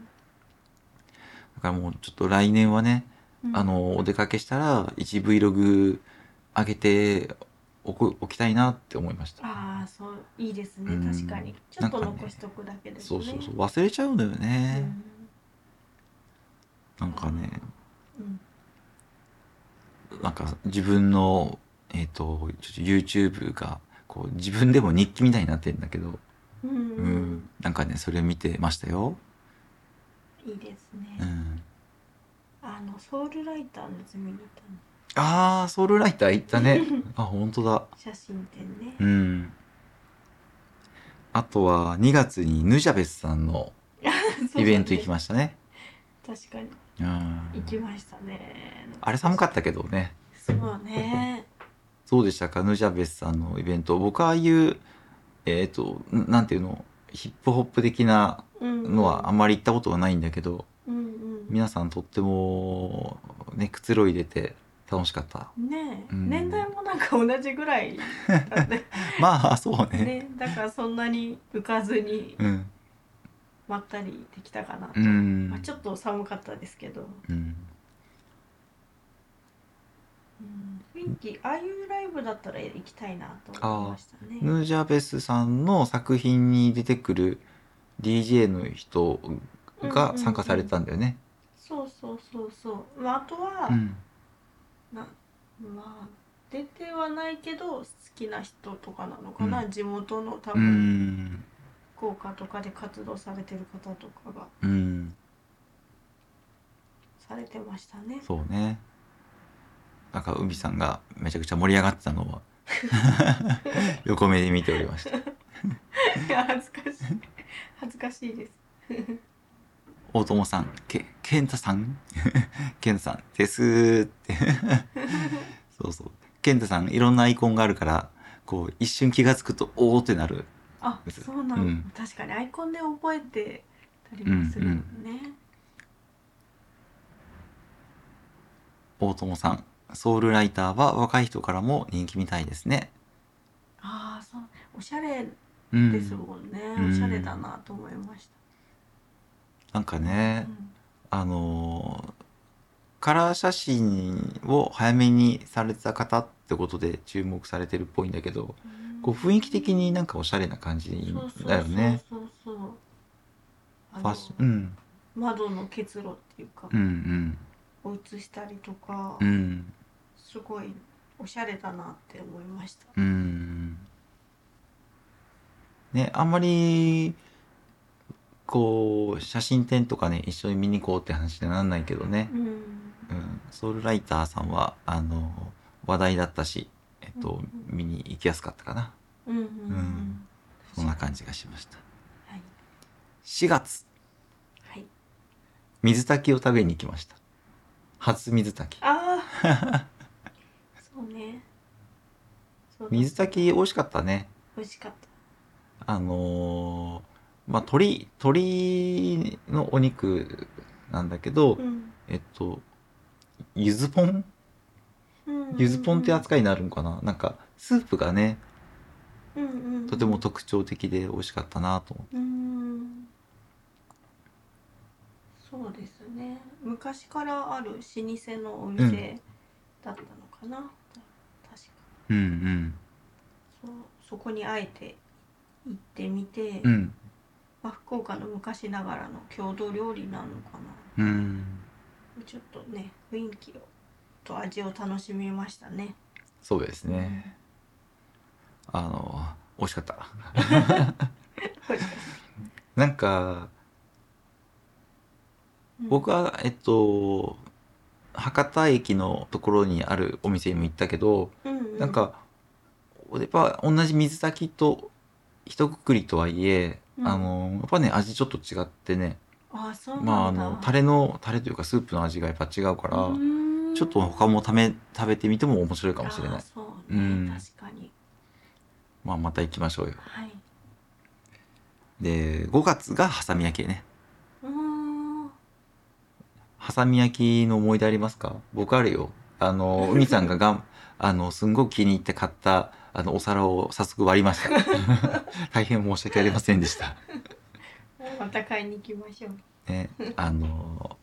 A: だからもうちょっと来年はね
B: うん
A: あ。のお出かけしたら 1Vlog 上げておこおきたいなって思いました
B: ああ、そう、いいですね
A: うん。
B: 確かに。ちょっ
A: なんか
B: と
A: ね
B: 残しとくだけです
A: そ
B: ね。
A: うそうそう忘れちゃうんだよ
B: う
A: ね、
B: ん。
A: なんかね
B: うん。
A: なんか自分のえっ、とちょっと YouTube がこう自分でも日記みたいになってるんだけど、
B: うん
A: うんなんかねそれ見てましたよ、
B: いいですね、
A: うん、
B: あのソウルライターの積みに行ったの
A: あーソウルライター行ったね あ本当だ
B: 写真展ね、
A: うんあとは2月にヌジャベスさんのイベント行き
B: ま
A: ましたね
B: 確かに
A: うん
B: 行きましたね
A: あれ寒か
B: っ
A: ったけどね
B: たそうね
A: どうでしたかヌジャベスさんのイベント僕ああいうえっ、とななんていうのヒップホップ的な
B: うん
A: のはあんまり行ったことはないんだけど
B: うんうん
A: 皆さんとってもねくつろいでて楽しかった
B: ねえ、
A: うん
B: 年代もなんか同じぐらいだね
A: まあそう ね
B: ねだからそんなに浮かずに
A: うん
B: まったりできたかなと、
A: うん
B: まあ、ちょっと寒かったですけど、
A: うん
B: うん、雰囲気ああいうライブだったら行きたいなと思いましたね
A: ヌジャベスさんの作品に出てくる DJ の人が参加されたんだよね
B: そうそうそうそう、まあ、あとは、
A: うん
B: なまあ出てはないけど好きな人とかなのかな、
A: う
B: 地元の多
A: う
B: 分
A: ん
B: 福岡とかで活動されてる方とかが
A: うん
B: されてましたね
A: そうねなんか海さんがめちゃくちゃ盛り上がってたのは 横目で見ておりました
B: いや恥ずかしい恥ずかしいです
A: 大友さんけ健太さん 健太さんですって そうそう健太さんいろんなアイコンがあるからこう一瞬気がつくとおおってなる
B: あそうなん、
A: うん
B: 確かにアイコンで覚えてたりもするのね、
A: 大友さんソウルライターは若い人からも人気みたいですね
B: ああそうおしゃれ
A: うん
B: ですもんね、
A: うん
B: おしゃれだなと思いまし
A: なんか
B: た、
A: ね
B: うん
A: あのーカラー写真を早めにされてた方ってことで注目されてるっぽいんだけどこう雰囲気的になんかおしゃれな感じ
B: そうそう
A: だよね。
B: そうそうそうあ
A: ファ
B: の
A: ッション、うん、
B: 窓の結露っていうか、
A: うん
B: を映したりとか、
A: うんうん
B: すごいおしゃれだなって思いました。
A: うんねあんまりこう写真展とかね一緒に見に行こうって話にはなんないけどね
B: う、ん
A: うん、ソウルライターさんはあの話題だったし、えっと、見に行きやすかったかな
B: うんうん
A: うんそんな感じがしました
B: はい
A: 4月
B: はい
A: 水炊きを食べに行きました初水炊き
B: ああ そうねそうだ
A: 水炊き美味しかったね
B: 美味しかっ
A: あのーまあ鶏鶏のお肉なんだけど、
B: たうん
A: えっとゆずポンゆずポンって扱いになるのかな、なんかスープがね
B: うんうんうん
A: とても特徴的で美味しかったなと思って
B: うんそうですね昔からある老舗のお店だったのかな、確か
A: うん
B: そうそこにあえて行ってみて、
A: うんうん
B: まあ、福岡の昔ながらの郷土料理なのか
A: うん
B: なちょっとね雰囲気をと味を楽しみましたね
A: そうですねあの美味しかった
B: 美味しかっ
A: なんか
B: たうん
A: 僕はえっと博多駅のところにあるお店にも行ったけど、
B: うう
A: なんかやっぱ同じ水炊きと一括りとはいえ、
B: うん
A: あのやっぱね味ちょっと違ってね
B: あそうなんだ、
A: まああのタレのタレというかスープの味がやっぱ違うから、
B: うーん
A: ちょっと他もため食べてみても面白いかもしれな
B: あ
A: い。
B: そう
A: う
B: ね、
A: ん
B: 確かに
A: まあまた行きましょうよ。
B: はい
A: で、5月がハサミ焼きね。
B: うーん
A: ハサミ焼きの思い出ありますか僕あるよ。あの、海さんががん、 あの、すんごく気に入って買った、あの、お皿を早速割りました。 大変申し訳ありませんでした。
B: また買いに行きましょう
A: ね、あの、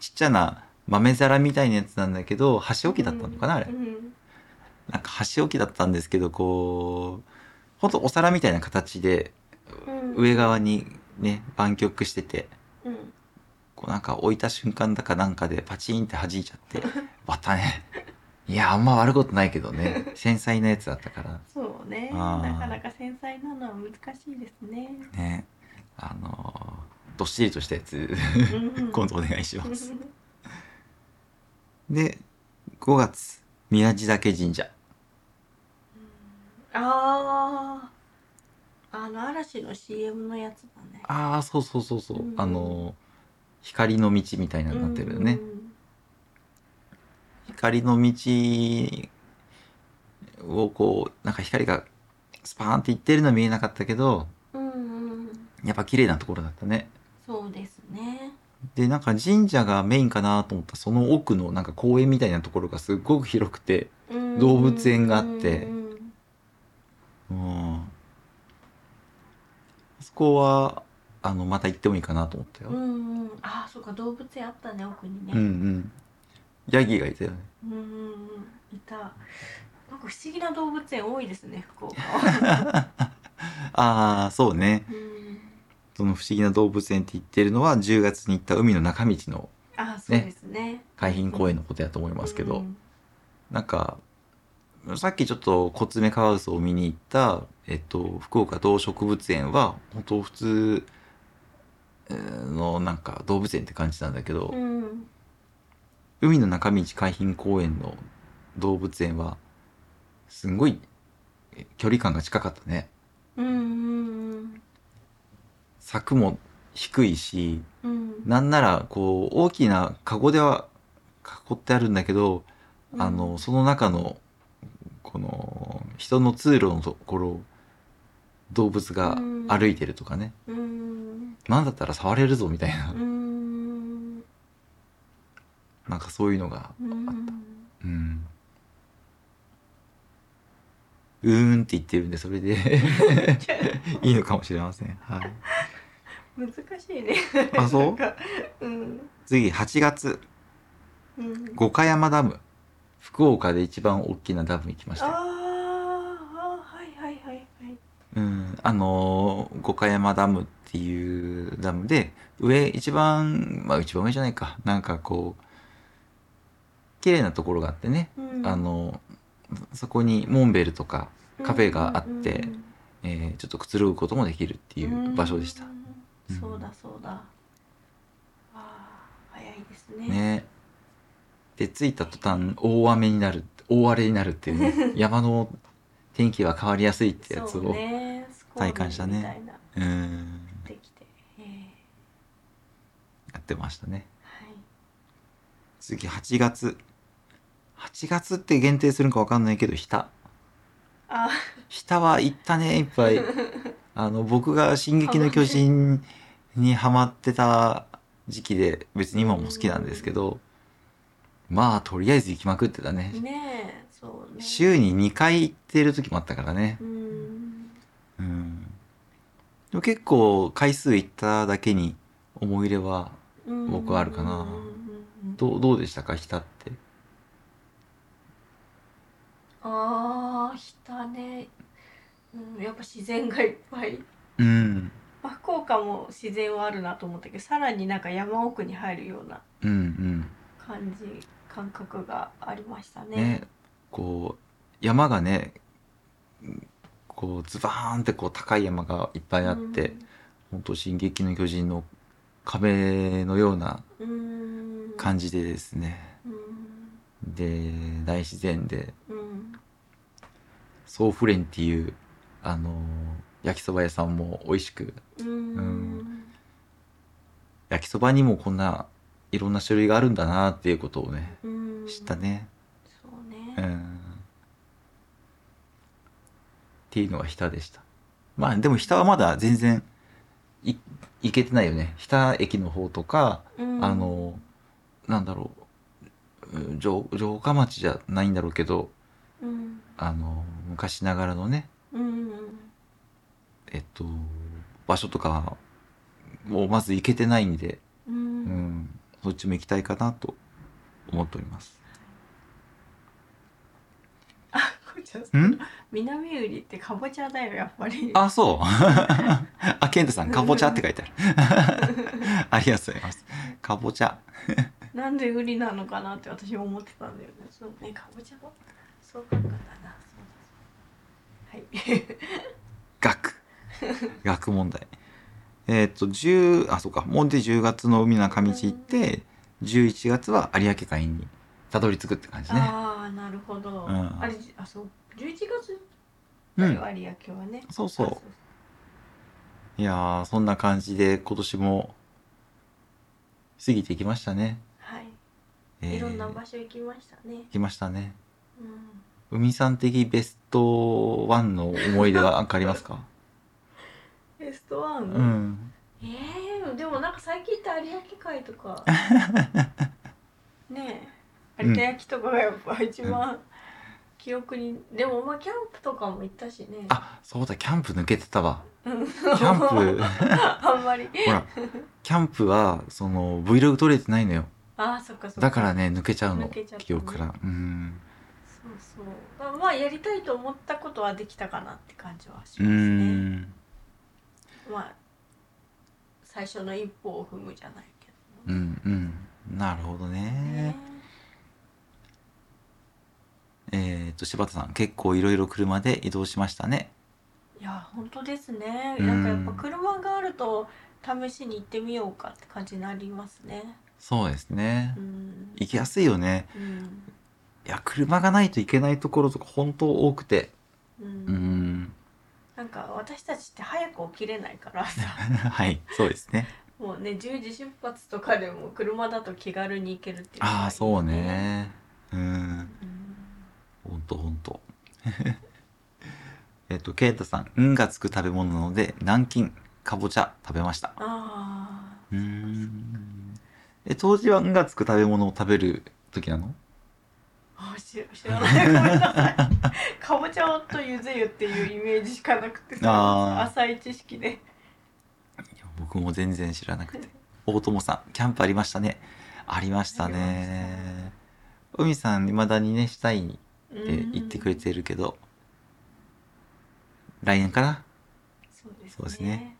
A: ちっちゃな豆皿みたいなやつなんだけど、箸置きだったのかなあれ
B: う。ん
A: なんか箸置きだったんですけど、こう、ほんとお皿みたいな形で、
B: うん
A: 上側にね、湾曲してて、
B: うん
A: こうなんか置いた瞬間だかなんかでパチンって弾いちゃ って、割ったね。いや、あんま悪いことないけどね。繊細なやつだったから。
B: そうね
A: あー
B: なかなか繊細なのは難しいですね
A: ね。あのーどっしりとしたやつ、
B: うん
A: 今度お願いします。で、5月、宮地岳神社。
B: あああの嵐の CM のやつだね
A: ああ、そうそうそうそう。
B: うん
A: あのー光の道みたいなのになってるよね。光の道をこうなんか光がスパーンっていってるのは見えなかったけど
B: うんうん、うん、
A: やっぱ綺麗なところだったね
B: そうですね
A: でなんか神社がメインかなと思ったらその奥のなんか公園みたいなところがすっごく広くて
B: うん
A: 動物園があって
B: うんうん
A: うんあそこはあのまた行ってもいいかなと思ったよ、
B: うんうんああそうか動物園あったね奥にね
A: うんうんヤギがいたよね
B: うんうんうんいたなんか不思議な動物園多いですね 福岡は、
A: ああそうね
B: うん、
A: その不思議な動物園って言ってるのは10月に行った海の中道の
B: ああそうですね
A: 海浜公園のことやと思いますけど、
B: うん
A: なんかさっきちょっとコツメカワウソを見に行った、えっと、福岡動植物園は本当普通えーのなんか動物園って感じなんだけど、
B: うん
A: 海の中道海浜公園の動物園はすんごいえ距離感が近かったね
B: うんうん
A: 柵も低いし
B: うんうん
A: なんならこう大きなカゴでは囲ってあるんだけどあのその中のこの人の通路のところを動物が歩いてるとかね、
B: うん
A: なんだったら触れるぞみたいな、
B: うん
A: なんかそういうのが
B: うん
A: うんうーんって言ってるんでそれで いいのかもしれません、はい、
B: 難しいね
A: あそう
B: なんかうん
A: 次8月
B: うん
A: 五箇山ダム福岡で一番大きなダム行きまし
B: あー
A: たよ
B: あーはいはいはいはい
A: うん、あのー五箇山ダムっていうダムで上一番まあ一番上じゃないかなんかこう綺麗なところがあってね、
B: うん
A: あのそこにモンベルとか、カフェがあって
B: うんうんうん
A: えーちょっとくつろぐこともできるっていう場所でした、
B: うん
A: うん
B: そうだそうだあー早いですね
A: ねで着いた途端大雨になる大荒れになるっていう ね山の天気は変わりやすいってやつ
B: そ
A: を
B: うねスコール
A: 体感したね
B: みたいな
A: うーん
B: できて、えー
A: やってましたね
B: はい、
A: 次8月8月って限定するんかわかんないけど日田
B: あ
A: 日田は行ったねいっ ぱいあの僕が「進撃の巨人」にハマってた時期で別に今も好きなんですけどまあとりあえず行きまくってたね
B: ねえそうね
A: 週に2回行ってる時もあったからね
B: うーん
A: うんでも結構回数行っただけに思い入れは
B: うん
A: 僕はあるかな
B: うんうんうん
A: どうどうでしたか日田って
B: ああひたね、うん、やっぱ自然がいっぱい
A: うん
B: まあ福岡も自然はあるなと思ったけどさらになんか山奥に入るような
A: うんうん
B: 感じ感覚がありましたね
A: ねこう山がねうんこうズバーンってこう高い山がいっぱいあって、本当進撃の巨人」の壁のような
B: うん
A: 感じでですね、
B: うん
A: で大自然で
B: うん
A: ソーフレンっていうあのー焼きそば屋さんも美味しく
B: うん、うん
A: 焼きそばにもこんないろんな種類があるんだなっていうことをね
B: うん、
A: 知ったね、
B: そう
A: うん、
B: ね、
A: っていうのが日田でしたまあでも日田はまだ全然い行けてないよね日田駅の方とか
B: うん、
A: あのなんだろううん城城下町じゃないんだろうけど
B: うん
A: あの昔ながらのね
B: うん
A: えっと場所とかをまず行けてないんで、
B: う
A: うん
B: ん
A: そっちも行きたいかなと思っております。
B: あこちゃん
A: ん
B: 南瓜ってかぼちゃだよやっぱり
A: あそう あ健太さん「かぼちゃ」って書いてあるありがとうございますかぼちゃ
B: なんでウリなのかなって私も思ってたんだよねそうねかぼちゃのそうかったなそうだそうだはい
A: 学学問題えっと10あそうかもんで10月の海の中道行って11月は有明海にたどり着くって感じね
B: ああなるほど、
A: うん
B: あれじあそう11月
A: う
B: だよ、
A: ん
B: 有明はね
A: そうそういやーそんな感じで今年も過ぎていきましたね、
B: はい、
A: えー
B: いろんな場所行きましたね
A: 行きましたね
B: うん
A: 海さん的ベストワンの思い出は何かあります か
B: ベストワン、
A: うん
B: ええでもなんか最近って有明海 とかねえ
A: うん
B: 有田焼とかがやっぱ一番記憶に、でもまあキャンプとかも行ったしね
A: あそうだキャンプ抜けてたわ
B: キャン
A: キャンプ
B: あんまり
A: ほらキャンプはその Vlog 撮れてないのよ
B: ああそっかそっか
A: だからね抜けちゃうの
B: 抜けちゃったね
A: 記憶からうん
B: そうそうまあまあやりたいと思ったことはできたかなって感じはし
A: う
B: ますね
A: ん
B: まあ最初の一歩を踏むじゃないけ
A: うんうんなるほど
B: どね
A: ねえー、と柴田さん結構いろいろ車で移動しましたね
B: いや本当ですね、
A: うん
B: なんかやっぱ車があると試しに行ってみようかって感じになりますね
A: そうですね
B: うん、
A: 行きやすいよね
B: うん
A: いや車がないといけないところとか本当多くて
B: う、
A: うんん
B: なんか私たちって早く起きれないからさ
A: はいそうですね
B: もうね10時出発とかでも車だと気軽に行けるっていうのがいいね
A: ああそうねうん
B: うん
A: ほんとほんと えっとケイタさん「運がつく食べ物なので南京かぼちゃ食べました」
B: あ
A: うーん。え、当時は運がつく食べ物を食べる時なの
B: ーあ知知らないごめんなさいかぼちゃとゆず湯っていうイメージしかなくて
A: あー
B: 浅い知識で
A: いや僕も全然知らなく て。大友さん、キャンプありましたね。ありました
B: ありま
A: ね。海さん、未だにね、したいって言ってくれてるけど、来年かな
B: そうです
A: そう
B: ね
A: ですね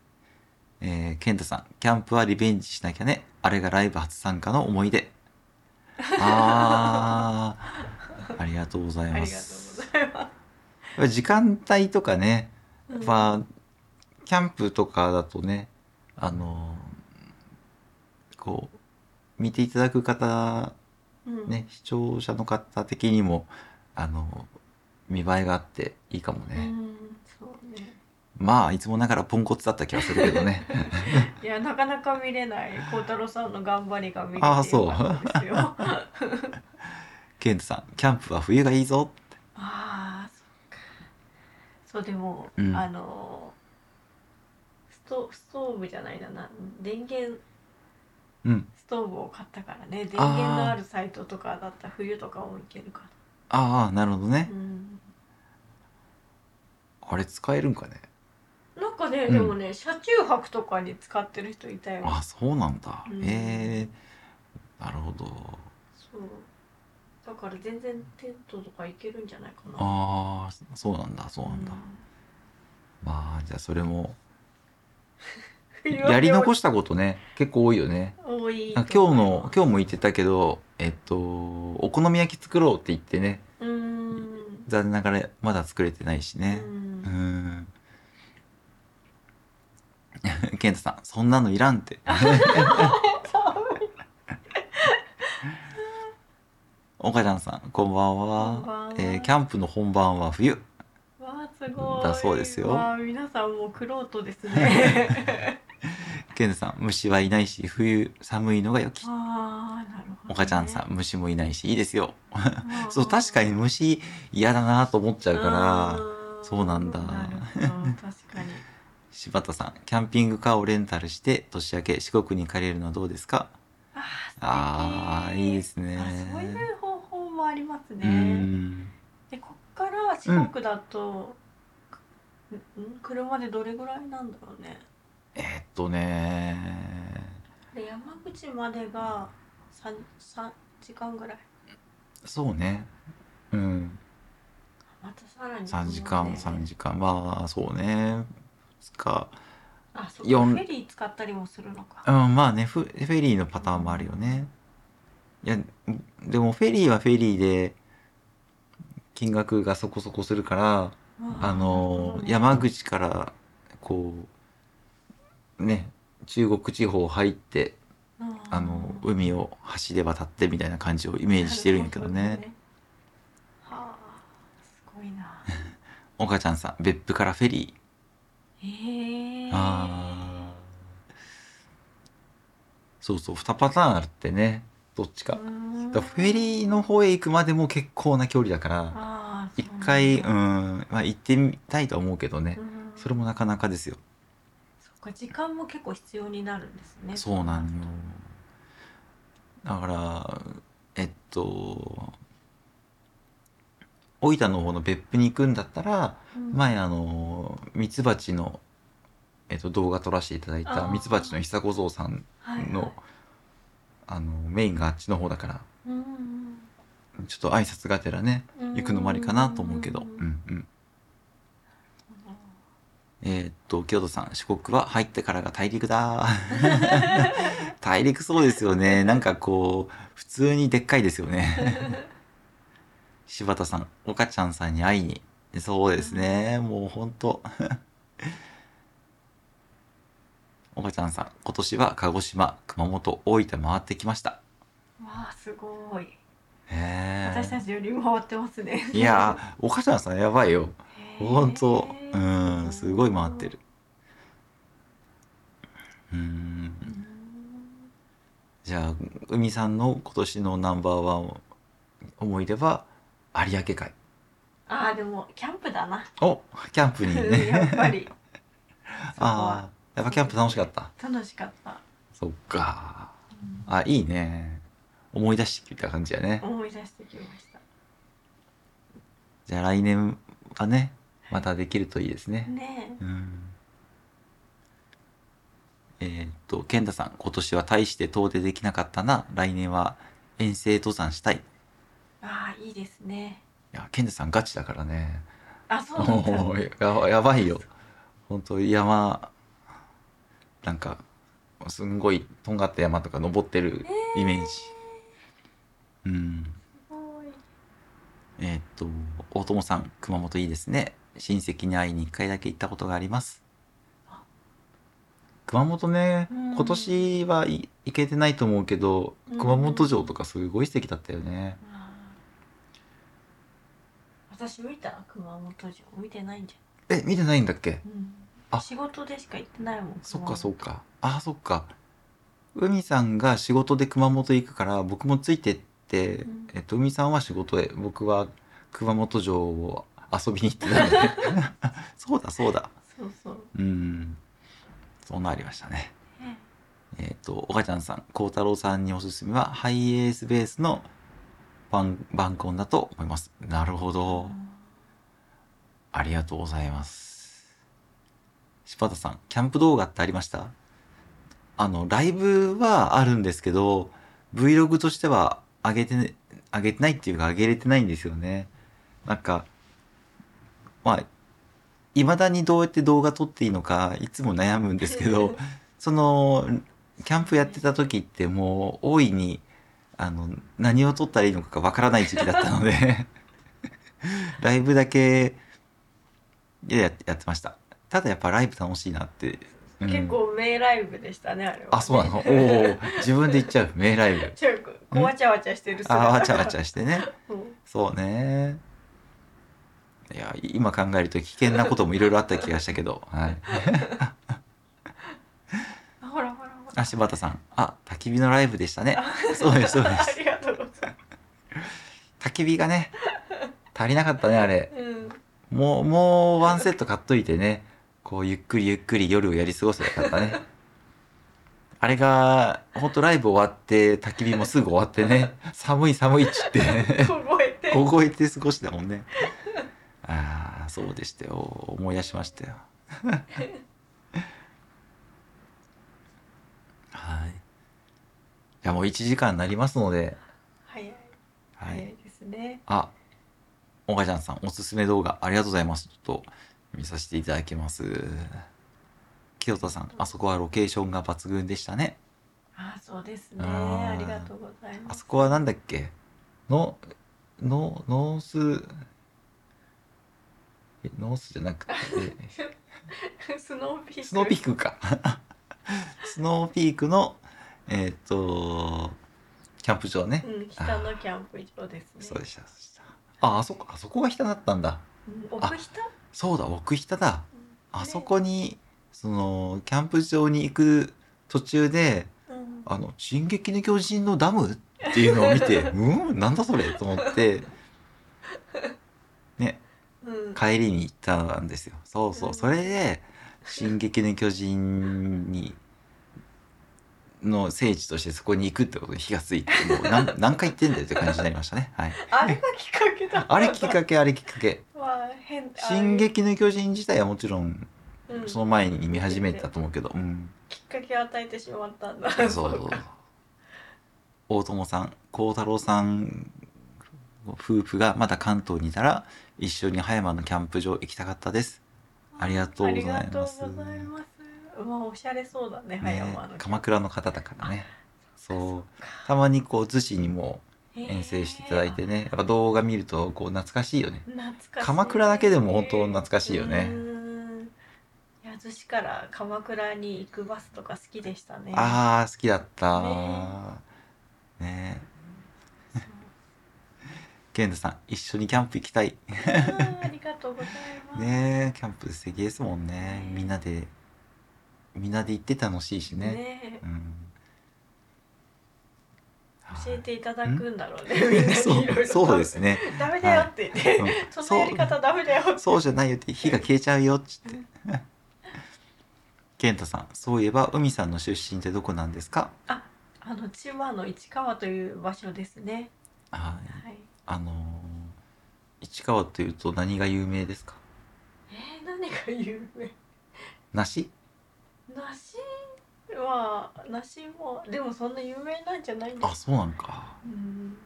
A: えー、ケンタさん、キャンプはリベンジしなきゃね。あれがライブ初参加の思い出。あ ー、ありがとうござい
B: ありがとうご
A: ます。
B: ざいま
A: 時間帯とかね、
B: す、うん
A: まあキャンプとかだとねあのこう見ていただく方
B: うん、
A: ね視聴者の方的にもあの見栄えがあっていいかも
B: う
A: ね、
B: んそうね
A: まあいつもながらポンコツだった気がするけど ね
B: いやなかなか見れない孝太郎さんの頑張りが見れて
A: あーそう
B: よかったですよあ
A: ケントさん「キャンプは冬がいいぞ
B: あそっかそうでも、
A: うん
B: あのストストーブじゃないなな電源」
A: うん
B: ストーブを買ったからね電源のあるサイトとかだったら冬とかもいけるか
A: ああなるほど
B: ら、
A: ね
B: う、ん、
A: あれ使えるんかね
B: なんかね、
A: うん
B: でもね車中泊とかに使ってる人いたよ
A: あそうなんだ、
B: うん
A: えー、なるほど
B: そうだから全然テントとか行けるんじゃないかな
A: ああそうなんだそうなんだ、まあじゃあそれも
B: うん
A: やり残したことね結構多いよね
B: 多い
A: なんか今日の今日も言ってたけどえっとお好み焼き作ろうって言ってね
B: うーん
A: 残念ながらまだ作れてないし
B: う
A: ね
B: ん
A: うん健太さんそんなのいらんって岡ちゃんさんこんばんは
B: こんばんは
A: えーキャンプの本番は冬
B: わあすごい
A: だそうですよ
B: わあ皆さんもう苦労とです ね
A: 健太さん虫はいないし冬寒いのが良き
B: ああなるほど、ね、
A: 岡ちゃんさん虫もいないしいいですよ
B: あー
A: そう確かに虫嫌だなと思っちゃうから
B: あー
A: そうなんだ
B: なるほど確 かに
A: 柴田さんキャンピングカーをレンタルして年明け四国に借りるのはどうですかあ
B: あ
A: あ
B: ー
A: いいですね
B: あそういう方法もあります
A: う
B: ね
A: ん
B: でこっから四国だと、んん車でどれぐらいなんだろうね
A: えーっとね
B: で山口までが三三時間ぐらい
A: そうねうん
B: またさらに
A: 3時間3時間まあそうねつか
B: あそうか
A: 四
B: フェリー使ったりもするの
A: う
B: か
A: んまあねフフェリーのパターンもあるよねいやでもフェリーはフェリーで金額がそこそこするからあの
B: うん
A: 山口からこうね中国地方入って
B: うん
A: あの海を橋で渡ってみたいな感じをイメージしてるんやけど
B: なるほ
A: ね
B: はあすごいな
A: 岡ちゃんさん別府からフェリ
B: へ
A: ー
B: え
A: あーそうそう2パターンあるってねどっちかだからフェ
B: ー
A: リーの方へ行くまでも結構な距離だから
B: あー
A: 一回
B: そう
A: う
B: なんだ
A: ん、まあ、行ってみたいとは思うけどね
B: うん
A: それもなかなかですよ
B: そっか時間も結構必要になるんですね
A: そうなんよだからえっと大分の方の別府に行くんだったら
B: うん
A: 前あのミツバチの、えっと、動画撮らせていただいた
B: あー
A: ミツバチの久子像さん
B: はいはい
A: のあのメインがあっちの方だから
B: うん
A: ちょっと挨拶がてらね
B: うん
A: 行くのもありかなと思うけど うんうんえーっと京都さん四国は入ってからが大陸だ 大陸そうですよねなんかこう普通にでっかいですよね柴田さん岡ちゃんさんに会いにそうですねもうほんと岡ちゃんさん今年は鹿児島熊本大分回ってきました
B: わあすごい
A: へ
B: 私た
A: え
B: ちより回ってますね
A: いやー岡ちゃんさんやばいよ
B: へー
A: 本当うんすごい回ってるう
B: うんん
A: じゃあ海さんの今年のナンバーワン思い出は有明海
B: ああでもキャンプだな
A: おキャンプに
B: や
A: ね
B: っぱり
A: ああやっぱキャンプ楽しかった
B: あ楽しかった、
A: そっか
B: うん
A: あいいね思い出してきた感じやね
B: 思い出してきました
A: じゃあ来年はねまたできるといいですね
B: ね
A: うんえーっと健太さん今年は大して遠出できなかったな来年は遠征登山したいい
B: えああいいですね
A: や健太さんガチだからね
B: あそうなんだ
A: もうややばいよ本当山なんかすんごいとんがった山とか登ってるイメージ、うん
B: すごい
A: えーっと大友さん熊本いいですね親戚に会いに1回だけ行ったことがあります熊本ね、
B: うん
A: 今年はい行けてないと思うけど、
B: うん
A: 熊本城とかすごい素敵だったよね。
B: あー私見た熊本城見てないんじ
A: え、見てないんだっけ
B: ゃん、うん、
A: あ
B: 仕事でしか行ってないもん
A: そっか
B: っ
A: そっか。あ、そっか。海さんが仕事で熊本行くから、僕もついてって、
B: うん
A: えっと、海さんは仕事へ、僕は熊本城を遊びに行ってたの で。そうだそうだ。
B: そうそう、
A: うん。そんなありましたね。
B: ね
A: えっ、と、おかちゃんさん、孝太郎さんにおすすめは、ハイエースベースのバンバンコンだと思います。なるほど。ありがとうございます。柴田さん、キャンプ動画ってありましたあの、ライブはあるんですけど、Vlog としては上げてね、上げてないっていうか上げれてないんですよね。なんか、まあ、未だにどうやって動画撮っていいのか、いつも悩むんですけ ど、そのキャンプやってた時ってもう大いにあの何を撮ったらいいのかがわからない時期だったので ライブだけやややってましたただやっぱライブ楽しいなって、うん
B: 結構名ライブでしたねあれは
A: あそうなのおお自分で言っちゃう名ライブ
B: ちょっとこうわちゃわちゃしてる
A: あわちゃわ ち
B: ゃ
A: ゃしてねそうねいや今考えると危険なこともいろいろあった気がしたけど、はい、
B: ほらほらほら
A: あ柴田さんあ焚き火のライブでしたねそうですそうです
B: ありがとうございます
A: 焚き火がね足りなかったねあれ
B: うん
A: もうもうワンセット買っといてねこうゆっくりゆっくり夜をやり過ごせばよかったねあれがほんとライブ終わって焚き火もすぐ終わってね寒い寒いっちって
B: 凍えて
A: 凍えて過ごしてたもんねああそうでしたよ思い出しましたよ はいじゃあもう1時間になりますので
B: 早い
A: は
B: 早
A: い
B: いですね
A: あ、おがちゃんさん、おすすめ動画ありがとうございます。ちょっと見させていただきます。清田さん、あそこはロケーションが抜群でしたね。
B: あそうですね
A: あー
B: ありがとうございま
A: あ
B: す
A: そこはなんだっけの、の、ノース、えノースじゃなくて、
B: スノーピーク
A: スノーピークか。 スノーピークの、えーっ、と、キャンプ場ね。
B: うん北のキャンプ場ですね
A: そうでした、そうでした。あ、あそこ、あそこが下だったんだ。
B: うん奥北
A: そうだ、奥北だ。
B: うん
A: あそこにそのキャンプ場に行く途中で
B: うん
A: 「あの進撃の巨人のダム?」っていうのを見 て「うんなんだそれ?」と思って、ね、
B: うん
A: 帰りに行ったんですよ。そうそうそれで「進撃の巨人に」の聖地としてそこに行くってことに火がついてもう 何何回行ってんだよって感じになりましたね。はい、
B: あれがきっかけ だ
A: あれきっかけあれきっかけ。
B: けは変あ
A: 進撃の巨人自体はもちろん
B: うん
A: その前に見始めてたと思うけど。うん
B: きっかけを与えてしまったんだ
A: そうそうそう
B: か
A: 大友さん幸太郎さん夫婦がまだ関東にいたら一緒に葉山のキャンプ場行きたかったですありがとうございます
B: ありがとうございますまあおしゃれそうだね葉
A: ね
B: 山の
A: 鎌倉の方だからねそうたまにこう逗子にも遠征していただいてねやっぱ動画見るとこう懐かしいよね
B: 懐かしい
A: 鎌倉だけでも本当懐かしいよね
B: うんいや逗子から鎌倉に行くバスとか好きでしたね
A: ああ好きだった
B: ね
A: ね
B: そう
A: 健太さん一緒にキャンプ行きたい
B: あありがとうございます
A: ねえキャンプ素敵ですもんね
B: ねえ
A: みんなでみんなで行って楽しいしね
B: ね
A: うん
B: 教えていただくんだろうね
A: は
B: みん
A: い
B: な にいろい
A: そう
B: ろ
A: そうですね
B: ダメだよって言って、
A: はいうん
B: そのやり方ダメだよって
A: そうじゃないよって火が消えちゃうよっつって 健太さんそういえば海さんの出身ってどこなんですか
B: あの千葉の市川という場所ですね
A: はい
B: はい
A: あのー市川というと何が有名ですか
B: えー、何が有名
A: 梨
B: 梨は梨もでもそんな有名なんじゃないんで
A: あ
B: す
A: そうなのか
B: うん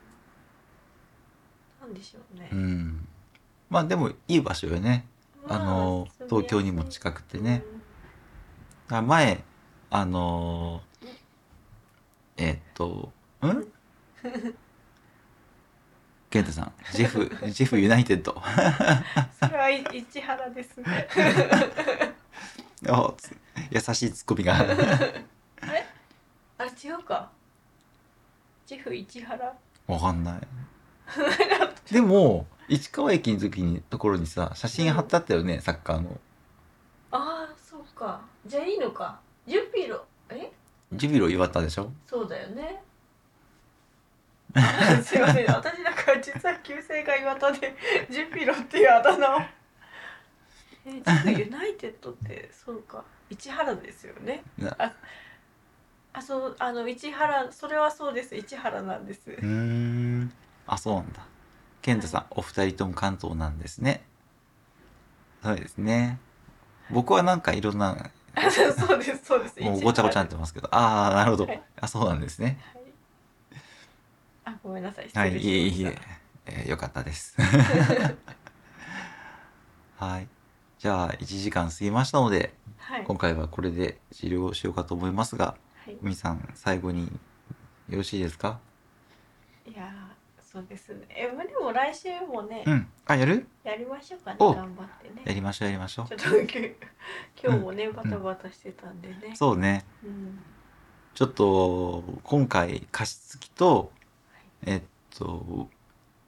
B: なんでしょうね、
A: うんまあでもいい場所よねあのー東京にも
B: く
A: 近くてね、あ前あのーえっとん 健太さんジェフジェ フユナイテッド
B: それはい市原ですね
A: あつ優しいツッコミが
B: あれ違うかジェフ市原
A: わかんない でも市川駅の時にところにさ写真貼ってあったよねサッカーの
B: ああそうかじゃあいいのかジュピロえ
A: ジュビロ岩田でしょ
B: そうだよ ねすいません私だから実は旧姓が岩田で ジュピロっていうあだ名をえジュピユナイテッドってそうか市原ですよね
A: な
B: ああそうあの市原それはそうです市原なんです
A: うーんあそうなんだ健太さんお二人とも関東なんですねそうですね僕はなんかいろんな
B: あ そうですそうです
A: もうごちゃごちゃになってますけどああなるほど
B: はい
A: あそうなんですね
B: あごめんなさい
A: は
B: 失
A: い、
B: 礼
A: いえいえい
B: しま
A: え
B: した、
A: えーよかったです。 はい。じゃあ、1時間過ぎましたので、
B: はい
A: 今回はこれで終了しようかと思いますが、
B: はい
A: 海さん、最後によろしいですか
B: いやーそうですねえまあでも来週もね、
A: うん。あ、やる
B: やりましょうかね
A: お
B: 頑張って
A: や
B: ね
A: りましょう、やりましょ
B: ち
A: う。
B: ょっときゅ今日もね、バタバタしてたんでね
A: そうね。
B: う、ん、
A: ちょっと、今回、加湿器と、えっと、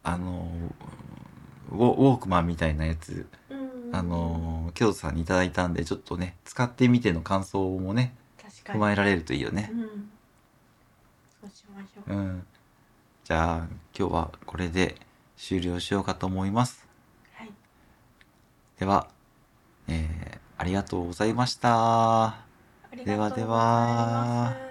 A: あの、ウォウォークマンみたいなやつ、
B: うん、
A: あの、京都さんにいただいたんで、ちょっとね、使ってみての感想もね、
B: 確
A: 踏
B: かに
A: まえられるといいよね。
B: うんそうしましょう、
A: うん。じゃあ、今日はこれで終了しようかと思います。
B: はい
A: では、えー、ありがとうございました。
B: あり
A: では
B: がとうございます
A: では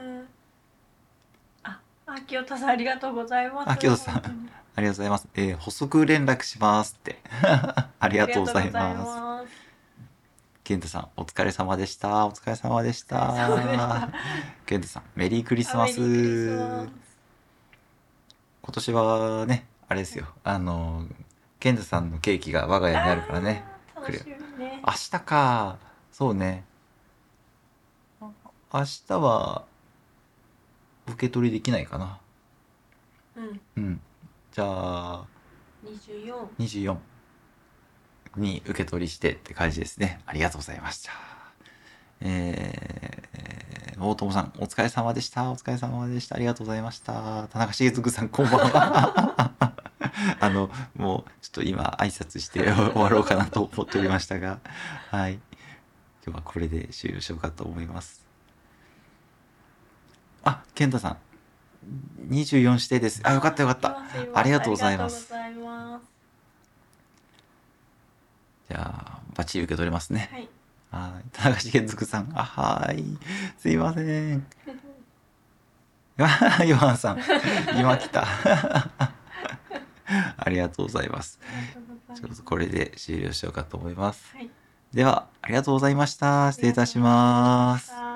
B: ああ清田さんありがとうございます
A: あ清田さん
B: 本当に
A: ありがとうございます。えー、補足連絡しますって。 ありがとうござい
B: ありがとうござ
A: ます。
B: います
A: 健太さん、お疲れ様でした。お疲れ様でし
B: お疲れ様でしたた。
A: 健太さん、メリークリスマス。
B: あメリークリス
A: 今
B: マス
A: 年はね、あれですよ。あの、健太さんのケーキが我が家にあるからね。
B: あー楽しみね
A: 明日かそうね明日は受け取りできないかな
B: うん
A: うんじゃあ
B: 24
A: 24に受け取りしてって感じですねありがとうございましたえー、大友さんお疲れ様でしたお疲れ様でしたありがとうございました田中茂嗣さんこんばんは あのもうちょっと今挨拶して終わろうかなと思っておりましたがはい今日はこれで終了しようかと思いますあ健太さん24指定ですあよかったよかったありがとうございます
B: ありがとうございます
A: じゃあバッチリ受け取れますね
B: はい。
A: はい。田中茂くさん。あ、はい。すいません。 わあヨハンさん。今来た。 ありがとうございます。
B: ありがとうござ
A: ちょ
B: いま
A: っと
B: す
A: これで終了しようかと思います。
B: はい。
A: では、ありがとうございました。失礼いたします。
B: あ